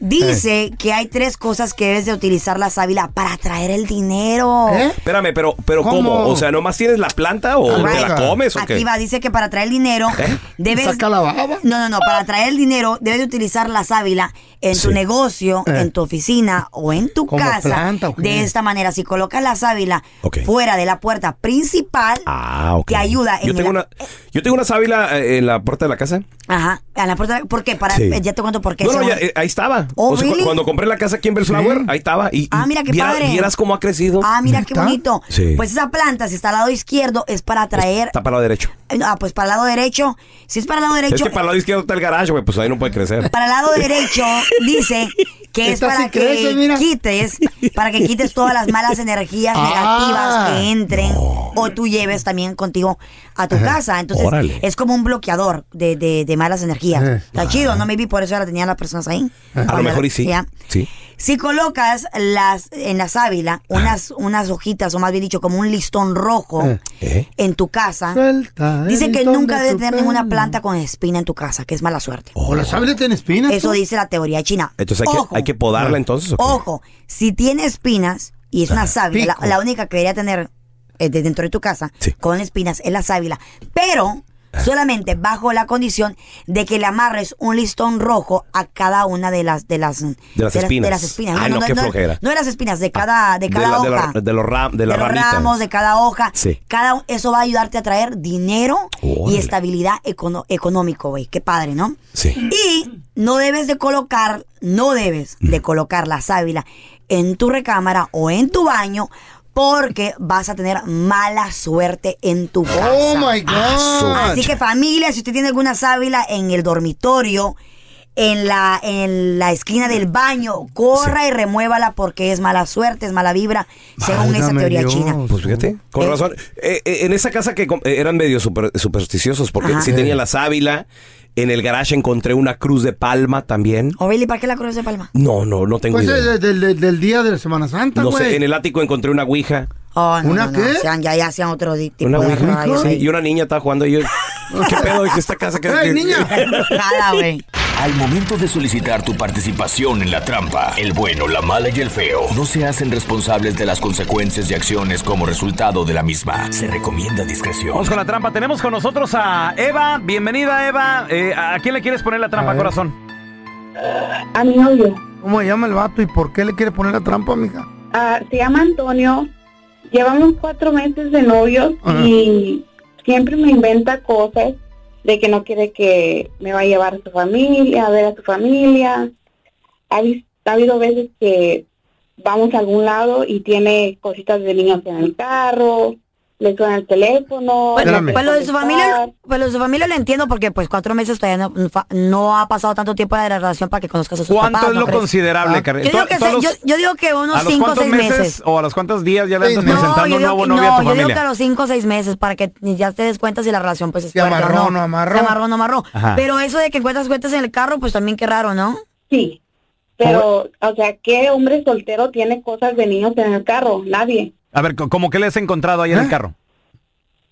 Speaker 4: dice
Speaker 2: Eh.
Speaker 4: que hay tres cosas que debes de utilizar la sábila para atraer el
Speaker 5: Oh.
Speaker 4: dinero.
Speaker 2: Espérame, pero, pero ¿cómo?
Speaker 4: ¿Eh? ¿Cómo?
Speaker 2: O sea, ¿nomás tienes la planta o te la comes o qué?
Speaker 4: Aquí va, dice que para traer el dinero
Speaker 2: ¿Eh?
Speaker 4: debes. No, no, no. Para traer el dinero debes de utilizar la sábila en tu
Speaker 2: Sí.
Speaker 4: negocio,
Speaker 2: Eh.
Speaker 4: en tu oficina o en tu
Speaker 2: ¿Como
Speaker 4: casa.
Speaker 2: planta o qué?
Speaker 4: De esta manera, si colocas la sábila
Speaker 2: Ok.
Speaker 4: fuera de la puerta principal,
Speaker 2: Ah, ok.
Speaker 4: te ayuda en
Speaker 2: Yo tengo,
Speaker 4: la-
Speaker 2: una, yo tengo una sábila eh, en la puerta de la casa.
Speaker 4: Ajá, a la puerta. ¿Por qué? Para,
Speaker 2: Sí.
Speaker 4: eh, Ya te cuento por qué.
Speaker 2: No, no,
Speaker 4: según-
Speaker 2: ya, eh, ahí estaba.
Speaker 4: Oh,
Speaker 2: O sea, cu-
Speaker 4: ¿really?
Speaker 2: Cuando compré la casa aquí en Bellflower, ahí estaba. Y,
Speaker 4: Ah, mira qué
Speaker 2: viera-
Speaker 4: padre.
Speaker 2: Vieras cómo ha crecido.
Speaker 4: Ah, mira qué bonito.
Speaker 2: Sí.
Speaker 4: Pues esa planta, si está al lado izquierdo, es para atraer.
Speaker 2: Está para el lado derecho.
Speaker 4: Ah, pues para el lado derecho. Si es para el lado derecho,
Speaker 2: Es que para el lado izquierdo está el garaje, güey. Pues ahí no puede crecer.
Speaker 4: Para el lado derecho dice que es
Speaker 5: Esta
Speaker 4: para
Speaker 5: sí
Speaker 4: que
Speaker 5: crece, mira.
Speaker 4: quites, para que quites todas las malas energías
Speaker 5: Ah.
Speaker 4: negativas que entren o tú lleves también contigo a tu
Speaker 5: Ajá.
Speaker 4: casa. Entonces
Speaker 5: Órale.
Speaker 4: es como un bloqueador de, de- de malas energías.
Speaker 2: Eh.
Speaker 4: Está chido, ¿no? Maybe por eso ahora tenían las personas ahí.
Speaker 2: A lo
Speaker 4: Cuando-
Speaker 2: mejor y sí.
Speaker 4: ya.
Speaker 2: Sí.
Speaker 4: Si colocas las en la sábila unas, unas hojitas, o más bien dicho, como un listón rojo
Speaker 2: ¿Eh?
Speaker 4: en tu casa,
Speaker 5: Suelta el
Speaker 4: dice que
Speaker 5: listón
Speaker 4: nunca
Speaker 5: de
Speaker 4: debes
Speaker 5: tu
Speaker 4: tener ninguna planta con espina en tu casa, que es mala suerte.
Speaker 5: ¿O la sábila tiene espinas?
Speaker 4: Eso
Speaker 5: tú?
Speaker 4: dice la teoría china.
Speaker 2: Entonces hay
Speaker 4: Ojo.
Speaker 2: que, hay que
Speaker 5: Ah.
Speaker 2: podarla entonces. ¿o qué?
Speaker 4: Ojo, si tiene espinas y es una
Speaker 2: Ah,
Speaker 4: sábila,
Speaker 2: pico.
Speaker 4: la, la única que debería tener eh, de dentro de tu casa con espinas es la sábila, pero
Speaker 2: Ah.
Speaker 4: solamente bajo la condición de que le amarres un listón rojo a cada una de las de las de
Speaker 2: las espinas.
Speaker 4: de las espinas.
Speaker 2: Ay, no, qué flojera. Ah,
Speaker 4: no de las espinas, de cada de
Speaker 2: De
Speaker 4: cada
Speaker 2: la- de,
Speaker 4: hoja.
Speaker 2: la- de los ram- de las
Speaker 4: los
Speaker 2: ramitas.
Speaker 4: ramos de cada hoja,
Speaker 2: Sí.
Speaker 4: cada eso va a ayudarte a traer dinero y
Speaker 2: Órale.
Speaker 4: estabilidad econo- económico, güey. Qué padre, ¿no?
Speaker 2: Sí.
Speaker 4: Y no debes de colocar, no debes de colocar la sábila en tu recámara o en tu baño porque vas a tener mala suerte en tu casa.
Speaker 5: Oh, my God.
Speaker 4: Así que familia, si usted tiene alguna sábila en el dormitorio, en la, en la esquina del baño, corra y remuévala porque es mala suerte, es mala vibra, según esa teoría china.
Speaker 2: Pues fíjate, con
Speaker 4: Eh.
Speaker 2: razón. Eh, eh, en esa casa que com- eh, eran medio super- supersticiosos, porque
Speaker 4: Ajá.
Speaker 2: sí
Speaker 4: Sí.
Speaker 2: tenía la sábila. En el garage encontré una cruz de palma también.
Speaker 4: ¿O Billy, para qué la cruz de palma?
Speaker 2: No, no, no tengo
Speaker 5: Pues
Speaker 2: idea.
Speaker 5: es de- del- del- del día de la Semana Santa,
Speaker 2: No
Speaker 5: güey.
Speaker 2: sé, en el ático encontré una ouija.
Speaker 4: Oh, no,
Speaker 2: ¿Una
Speaker 4: no, no,
Speaker 2: qué?
Speaker 4: sean- ya, ya sean otro di- tipo
Speaker 2: Una
Speaker 4: de
Speaker 2: ouija.
Speaker 4: rayos
Speaker 2: Sí,
Speaker 4: ahí.
Speaker 2: y una niña estaba jugando y yo. ¿Qué pedo de que esta casa que.? que-
Speaker 4: Nada, güey.
Speaker 9: Al momento de solicitar tu participación en la trampa, el bueno, la mala y el feo no se hacen responsables de las consecuencias y acciones como resultado de la misma. Se recomienda discreción.
Speaker 17: Vamos con la trampa. Tenemos con nosotros a Eva. Bienvenida, Eva. Eh, ¿A quién le quieres poner la trampa, corazón?
Speaker 5: A mi novio. ¿Cómo se llama el vato y por qué le quiere poner la trampa, mija?
Speaker 19: Ah, se llama Antonio. Llevamos cuatro meses de novios
Speaker 5: Ajá.
Speaker 19: y siempre me inventa cosas de que no quiere que me va a llevar a su familia, a ver a su familia. Ha, vis- ha habido veces que vamos a algún lado y tiene cositas de niños en el carro, le suena el teléfono.
Speaker 4: Pues,
Speaker 19: no
Speaker 4: pues lo de
Speaker 19: quiere
Speaker 4: su familia, pues lo de su familia lo entiendo porque pues cuatro meses todavía no, no ha pasado tanto tiempo de la relación para que conozcas a sus
Speaker 17: ¿Cuánto
Speaker 4: papás,
Speaker 17: es
Speaker 4: ¿no
Speaker 17: lo
Speaker 4: crees? Ah,
Speaker 17: considerable,
Speaker 4: Yo
Speaker 17: Karen?
Speaker 4: digo,
Speaker 17: To-
Speaker 4: que
Speaker 17: todos
Speaker 4: se- yo,
Speaker 17: los-
Speaker 4: yo digo que
Speaker 17: ¿A
Speaker 4: unos
Speaker 17: los
Speaker 4: cinco o
Speaker 17: cuántos
Speaker 4: seis
Speaker 17: meses,
Speaker 4: meses.
Speaker 17: o a los cuántos días ya le andas
Speaker 4: No,
Speaker 17: presentando
Speaker 4: yo digo,
Speaker 17: un nuevo
Speaker 4: que-
Speaker 17: novio a tu
Speaker 4: no, yo digo que a
Speaker 17: familia?
Speaker 4: los cinco o seis meses para que ni- ya te des cuenta si la relación pues es fuerte
Speaker 5: amarró,
Speaker 4: o no.
Speaker 5: no amarró.
Speaker 4: Se amarró, no amarró.
Speaker 5: Ajá.
Speaker 4: Pero eso de que encuentras cuentas en el carro, pues también qué raro, ¿no?
Speaker 19: Sí, pero, o sea, ¿qué hombre soltero tiene cosas de niños en el carro? Nadie.
Speaker 17: A ver, ¿cómo que le has encontrado
Speaker 4: ¿Eh?
Speaker 17: ahí en el carro?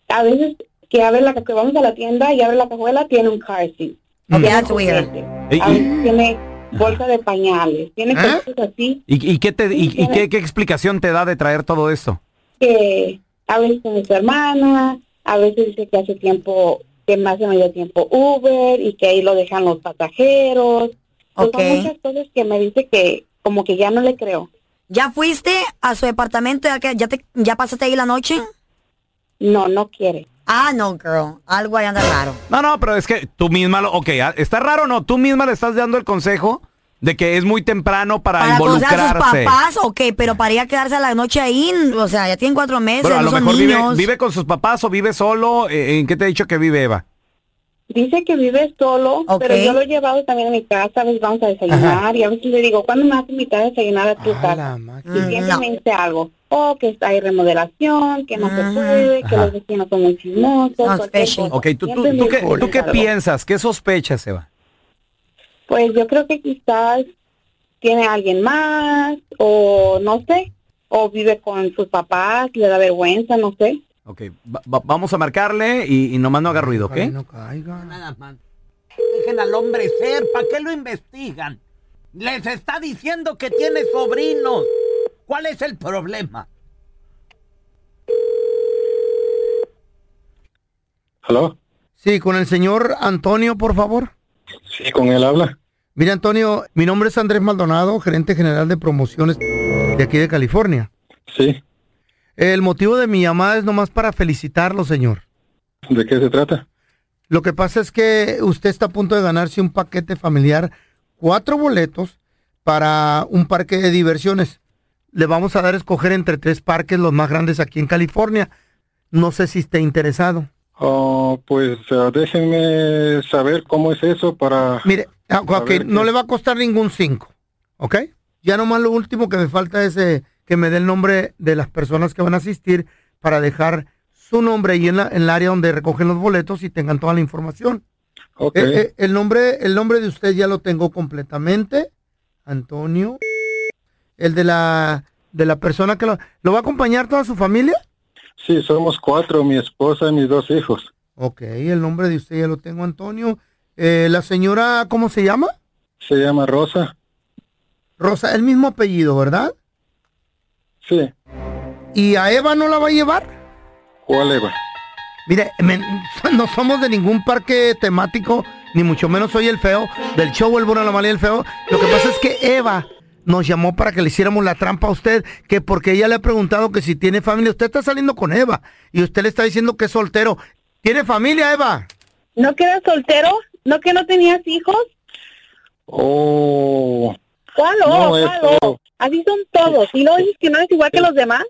Speaker 19: a veces que abre la ca- que vamos a la tienda y abre la cajuela tiene un car seat.
Speaker 17: Mm.
Speaker 19: Tiene
Speaker 17: That's weird.
Speaker 19: juguetes.
Speaker 17: Y-
Speaker 19: A
Speaker 17: y-
Speaker 19: veces tiene bolsa de pañales, tiene
Speaker 17: ¿Ah?
Speaker 19: cosas así
Speaker 17: ¿Y, y qué, te, y- y
Speaker 19: tiene-
Speaker 17: qué, qué explicación te da de traer todo esto?
Speaker 19: que a veces con su hermana, a veces dice que hace tiempo, que más de medio tiempo Uber y que ahí lo dejan los pasajeros. Pues
Speaker 4: Ok.
Speaker 19: Son muchas cosas que me dice que como que ya no le creo.
Speaker 4: ¿Ya fuiste a su departamento? ¿Ya, que- ya, te, ya pasaste ahí la noche?
Speaker 19: No, no quiere.
Speaker 4: Ah, no, girl. Algo ahí anda raro.
Speaker 17: No, no, pero es que tú misma lo... Ok, ah, está raro, ¿no? Tú misma le estás dando el consejo de que es muy temprano para,
Speaker 4: Para conocer a sus
Speaker 17: involucrarse.
Speaker 4: papás, ok, pero para ir a quedarse a la noche ahí, o sea, ya tienen cuatro meses,
Speaker 17: Bueno, a
Speaker 4: no
Speaker 17: lo
Speaker 4: son
Speaker 17: mejor vive,
Speaker 4: niños.
Speaker 17: vive con sus papás o vive solo. Eh, ¿En qué te he dicho que vive Eva?
Speaker 19: Dice que vive solo, pero yo lo he llevado también a mi casa, a veces vamos a desayunar y a veces le digo, ¿cuándo me vas a invitar a desayunar a tu casa? Y siempre me dice algo. o que hay remodelación, que no se puede, que
Speaker 2: Ajá.
Speaker 19: los vecinos son muy chismosos. cualquier cosa.
Speaker 2: Ok, ¿tú, tú,
Speaker 19: Siempre
Speaker 2: tú
Speaker 19: me
Speaker 2: qué, tú qué
Speaker 19: algo.
Speaker 2: piensas? ¿Qué sospechas, Eva?
Speaker 19: Pues yo creo que quizás tiene a alguien más o no sé, o vive con sus papás, le da vergüenza, no sé.
Speaker 2: Ok, va- va- vamos a marcarle y, y nomás no haga ruido, ¿ok?
Speaker 17: Nada más. Dejen al hombre ser, ¿para qué lo investigan? Les está diciendo que tiene sobrinos. ¿Cuál es el problema?
Speaker 5: ¿Aló? Sí, con el señor Antonio, por favor.
Speaker 20: Sí, con él habla.
Speaker 5: Mira, Antonio, mi nombre es Andrés Maldonado, gerente general de promociones de aquí de California.
Speaker 20: Sí.
Speaker 5: El motivo de mi llamada es nomás para felicitarlo, señor.
Speaker 20: ¿De qué se trata?
Speaker 5: Lo que pasa es que usted está a punto de ganarse un paquete familiar, cuatro boletos para un parque de diversiones. Le vamos a dar a escoger entre tres parques los más grandes aquí en California. No sé si esté interesado.
Speaker 20: Oh, pues eh, déjenme saber cómo es eso para...
Speaker 5: Mire, Ah, ok,
Speaker 20: saber
Speaker 5: no
Speaker 20: qué-
Speaker 5: le va a costar ningún 5, ¿ok? Ya nomás lo último que me falta es eh, que me dé el nombre de las personas que van a asistir para dejar su nombre ahí en, la- en el área donde recogen los boletos y tengan toda la información.
Speaker 20: Ok.
Speaker 5: Eh, eh, el, nombre, el nombre de usted ya lo tengo completamente, Antonio. El de la, de la persona que lo... ¿Lo va a acompañar toda su familia?
Speaker 20: Sí, somos cuatro, mi esposa y mis dos hijos.
Speaker 5: Ok, el nombre de usted ya lo tengo, Antonio. Eh, la señora, ¿cómo se llama?
Speaker 20: Se llama Rosa.
Speaker 5: Rosa, el mismo apellido, ¿verdad?
Speaker 20: Sí.
Speaker 5: ¿Y a Eva no la va a llevar?
Speaker 20: ¿Cuál Eva?
Speaker 5: Mire, men, no somos de ningún parque temático, ni mucho menos soy el feo, del show El Bueno, la Mala y el Feo. Lo que pasa es que Eva nos llamó para que le hiciéramos la trampa a usted, que porque ella le ha preguntado que si tiene familia. Usted está saliendo con Eva y usted le está diciendo que es soltero. ¿Tiene familia, Eva?
Speaker 19: ¿No que era soltero? ¿No que no tenías hijos?
Speaker 20: Oh,
Speaker 19: ¿Cuál o?
Speaker 20: No, es
Speaker 19: ¿Cuál o?
Speaker 20: todo.
Speaker 19: Así son todos. ¿Y no dices que no eres igual que los demás?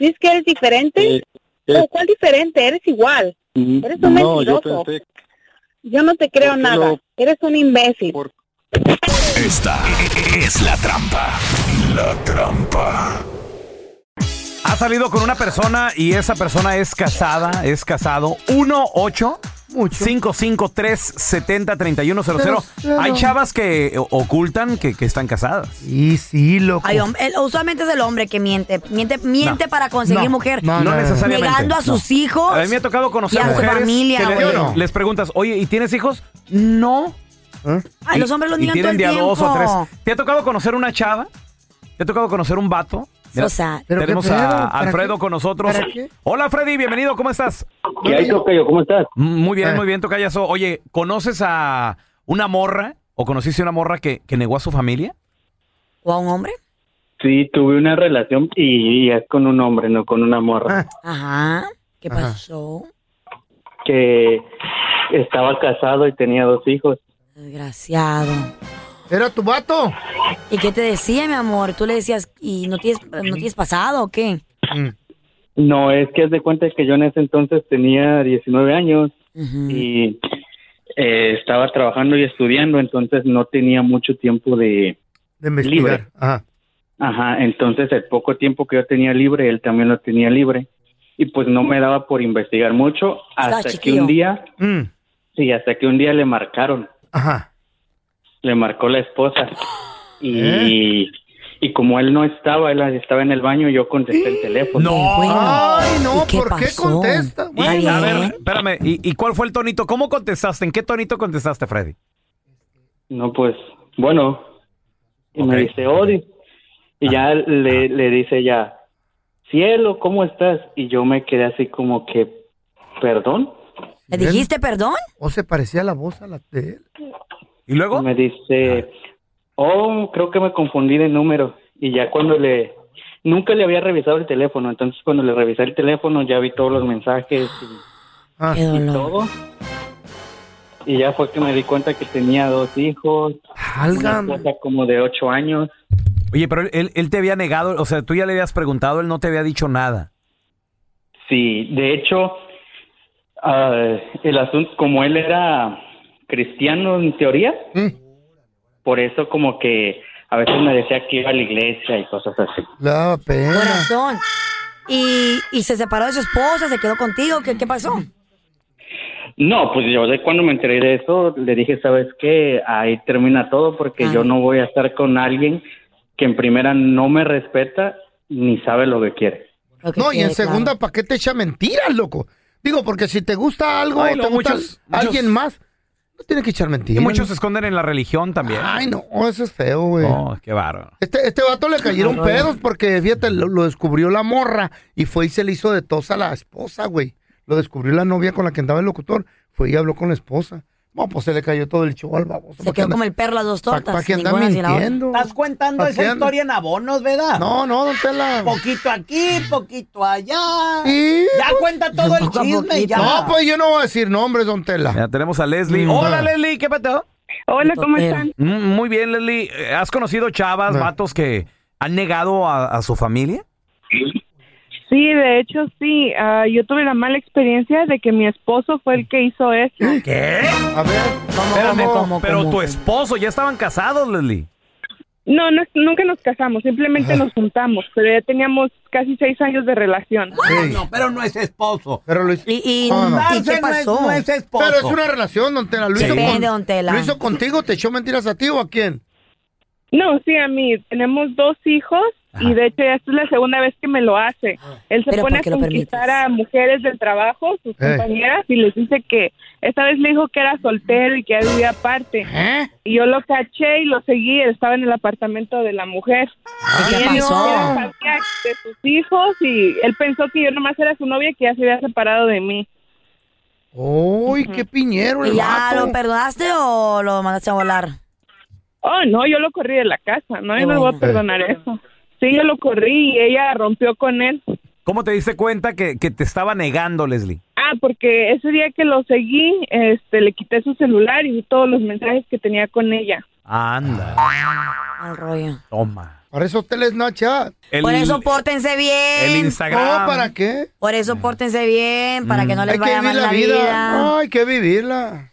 Speaker 19: ¿Dices que eres diferente?
Speaker 20: eh.
Speaker 19: ¿O cuál diferente? Eres igual.
Speaker 20: n-
Speaker 19: Eres un
Speaker 20: no, yo
Speaker 19: mentiroso.
Speaker 20: pensé...
Speaker 19: Yo no te creo
Speaker 20: ¿Por qué
Speaker 19: nada.
Speaker 20: lo-
Speaker 19: Eres un imbécil.
Speaker 16: Esta es la trampa. La trampa.
Speaker 2: Ha salido con una persona y esa persona es casada, es casado. 1 8 553 70 31 00.
Speaker 4: Pero-
Speaker 2: Hay chavas que o- ocultan que, que están casadas.
Speaker 5: Y sí, loco.
Speaker 4: Ay, hom- el- usualmente es el hombre que miente. Miente, miente
Speaker 2: No.
Speaker 4: para conseguir
Speaker 2: No,
Speaker 4: mujer.
Speaker 2: no, no, no, no. necesariamente,
Speaker 4: Negando a
Speaker 2: no.
Speaker 4: sus hijos.
Speaker 2: A mí me ha tocado conocer
Speaker 4: y a su
Speaker 2: mujeres
Speaker 4: familia,
Speaker 2: que le-
Speaker 4: güey.
Speaker 2: les preguntas, oye, ¿y tienes hijos? No.
Speaker 4: Ay, los hombres los
Speaker 2: y
Speaker 4: niegan
Speaker 2: tienen
Speaker 4: todo el
Speaker 2: de a dos o
Speaker 4: tiempo.
Speaker 2: tres. ¿Te ha tocado conocer una chava? ¿Te ha tocado conocer un vato?
Speaker 4: So sad. ¿Pero qué
Speaker 2: tenemos
Speaker 4: pedo?
Speaker 2: a
Speaker 4: ¿Para
Speaker 2: Alfredo
Speaker 4: qué?
Speaker 2: con nosotros.
Speaker 4: ¿Para qué?
Speaker 2: Hola Freddy, bienvenido, ¿cómo estás?
Speaker 1: ¿Qué hay, Tocayo? ¿Cómo estás?
Speaker 2: Muy
Speaker 4: Eh.
Speaker 2: bien, muy bien, Tocayazo. Oye, ¿conoces a una morra o conociste a una morra que, que negó a su familia?
Speaker 4: ¿O a un hombre?
Speaker 1: Sí, tuve una relación y, y es con un hombre, no con una morra.
Speaker 4: Ajá. ¿Qué pasó?
Speaker 1: Que estaba casado y tenía dos hijos.
Speaker 4: Desgraciado.
Speaker 5: ¿Era tu vato?
Speaker 4: ¿Y qué te decía, mi amor? ¿Tú le decías, y no tienes, no tienes pasado o qué?
Speaker 1: No, es que haz de cuenta que yo en ese entonces tenía 19 años y eh, estaba trabajando y estudiando, entonces no tenía mucho tiempo de,
Speaker 5: De investigar.
Speaker 1: libre.
Speaker 5: Ajá.
Speaker 1: Ajá, entonces el poco tiempo que yo tenía libre, él también lo tenía libre. Y pues no me daba por investigar mucho
Speaker 5: Estaba
Speaker 1: hasta que
Speaker 5: chiquillo.
Speaker 1: un día,
Speaker 5: Mm,
Speaker 1: sí, hasta que un día le marcaron.
Speaker 5: Ajá.
Speaker 1: le marcó la esposa
Speaker 2: ¿Eh?
Speaker 1: y, y como él no estaba, él estaba en el baño, yo contesté el teléfono.
Speaker 5: Ay, no, ¿por qué contesta?
Speaker 2: Y, a ver, espérame, ¿y, y cuál fue el tonito? ¿Cómo contestaste? ¿En qué tonito contestaste, Freddy?
Speaker 1: No, pues, bueno, y me dice, Odi, y
Speaker 2: Ah.
Speaker 1: ya le, le dice ya, cielo, ¿cómo estás? Y yo me quedé así como que, perdón.
Speaker 4: ¿Le dijiste perdón?
Speaker 5: ¿O se parecía la voz a la de él?
Speaker 2: ¿Y luego? Ah.
Speaker 1: Me dice, oh, creo que me confundí de número. Y ya cuando le... Nunca le había revisado el teléfono, entonces cuando le revisé el teléfono ya vi todos los mensajes y,
Speaker 5: Ah,
Speaker 4: Qué dolor.
Speaker 1: y ya fue que me di cuenta que tenía dos hijos,
Speaker 2: Válgame.
Speaker 1: una esposa como de ocho años.
Speaker 2: Oye, pero él, él te había negado, o sea, tú ya le habías preguntado, él no te había dicho nada.
Speaker 1: Sí, de hecho, ah, el asunto, como él era cristiano en teoría, por eso como que a veces me decía que iba a la iglesia y cosas así.
Speaker 5: La pena.
Speaker 4: Corazón. Y, y se separó de su esposa, se quedó contigo. ¿Qué, qué pasó?
Speaker 1: No, pues yo de cuando me enteré de eso, le dije, ¿sabes qué? Ahí termina todo porque yo no voy a estar con alguien que en primera no me respeta ni sabe lo que quiere.
Speaker 5: No, y en segunda, ¿para qué te echa mentiras, loco? Digo, porque si te gusta algo,
Speaker 2: Ay,
Speaker 5: te
Speaker 2: no,
Speaker 5: gusta
Speaker 2: muchos-
Speaker 5: alguien
Speaker 2: muchos-
Speaker 5: más, no tienes que echar
Speaker 2: Y
Speaker 5: mentiras.
Speaker 2: muchos se esconden en la religión también.
Speaker 5: Ay, no, eso es feo, güey.
Speaker 2: No, qué bárbaro.
Speaker 5: Este, este vato le cayeron
Speaker 2: No, no, no.
Speaker 5: pedos porque, fíjate, lo, lo descubrió la morra y fue y se le hizo de tos a la esposa, güey. Lo descubrió la novia con la que andaba el locutor. Fue y habló con la esposa. Bueno, pues se le cayó todo el show al baboso.
Speaker 4: Se quedó como el perro las dos
Speaker 5: pa-
Speaker 4: tortas.
Speaker 5: pa' que anda
Speaker 4: ninguna sin la otra.
Speaker 5: mintiendo.
Speaker 3: Estás contando
Speaker 5: ¿Pa'
Speaker 3: esa
Speaker 5: qué?
Speaker 3: historia en abonos, ¿verdad?
Speaker 5: No, no, don Tela.
Speaker 3: Poquito aquí, poquito allá. ya
Speaker 5: pues,
Speaker 3: cuenta todo el
Speaker 5: poco a
Speaker 3: chisme,
Speaker 5: poquito.
Speaker 3: ya.
Speaker 5: No, pues yo no voy a decir nombres, don Tela. Mm.
Speaker 2: Ya tenemos a Leslie. Hola, Leslie, ¿qué pasó?
Speaker 21: Hola, ¿cómo están?
Speaker 2: Mm, Muy bien, Leslie. Eh, ¿Has conocido chavas, vatos que han negado a, a su familia?
Speaker 21: Sí, de hecho, sí. Ah, yo tuve la mala experiencia de que mi esposo fue el que hizo eso.
Speaker 2: ¿Qué? A ver, Espérame, pero tu esposo, ya estaban casados, Leslie.
Speaker 21: No, no, nunca nos casamos, simplemente nos juntamos, pero ya teníamos casi seis años de relación.
Speaker 2: Ah,
Speaker 3: No, pero no es esposo.
Speaker 5: Pero Luis.
Speaker 4: ¿Y,
Speaker 5: No, no.
Speaker 3: ¿y qué pasó?
Speaker 5: No es esposo. Pero es una relación, don Tela. Lo, hizo,
Speaker 21: Depende,
Speaker 5: con-
Speaker 21: don Tela.
Speaker 5: lo hizo contigo, te echó mentiras a ti o a quién?
Speaker 21: No, sí, a mí. Tenemos dos hijos y de hecho ya esta es la segunda vez que me lo hace. Él
Speaker 4: Ah.
Speaker 21: se
Speaker 4: Pero
Speaker 21: pone a
Speaker 4: porque lo
Speaker 21: conquistar a mujeres del trabajo, sus
Speaker 4: Eh.
Speaker 21: compañeras, y les dice que esta vez le dijo que era soltero y que ya vivía aparte.
Speaker 4: ¿Eh?
Speaker 21: Y yo lo caché y lo seguí. Él estaba en el apartamento de la mujer.
Speaker 4: ¿Y qué
Speaker 21: él ni
Speaker 4: pasó?
Speaker 21: siquiera sabía de sus hijos y él pensó que yo nomás era su novia y que ya se había separado de mí.
Speaker 5: Uy, qué piñero el
Speaker 4: ¿Y ya
Speaker 5: vato.
Speaker 4: Ah, lo perdonaste o lo mandaste a volar?
Speaker 21: Oh, no, yo lo corrí de la casa, ¿no? Yo no le voy a perdonar eso. Sí, yo lo corrí y ella rompió con él.
Speaker 2: ¿Cómo te diste cuenta que, que te estaba negando, Leslie?
Speaker 21: Ah, porque ese día que lo seguí, este, le quité su celular y vi todos los mensajes que tenía con ella.
Speaker 2: Anda.
Speaker 4: Al rollo.
Speaker 2: Toma.
Speaker 5: Por eso usted es Nacha.
Speaker 4: Por eso pórtense bien.
Speaker 5: el Instagram. No, ¿para qué?
Speaker 4: Por eso pórtense bien, para que no les
Speaker 5: Mm. Hay que
Speaker 4: vaya
Speaker 5: vivir
Speaker 4: mal
Speaker 5: la vida. No, hay que vivirla.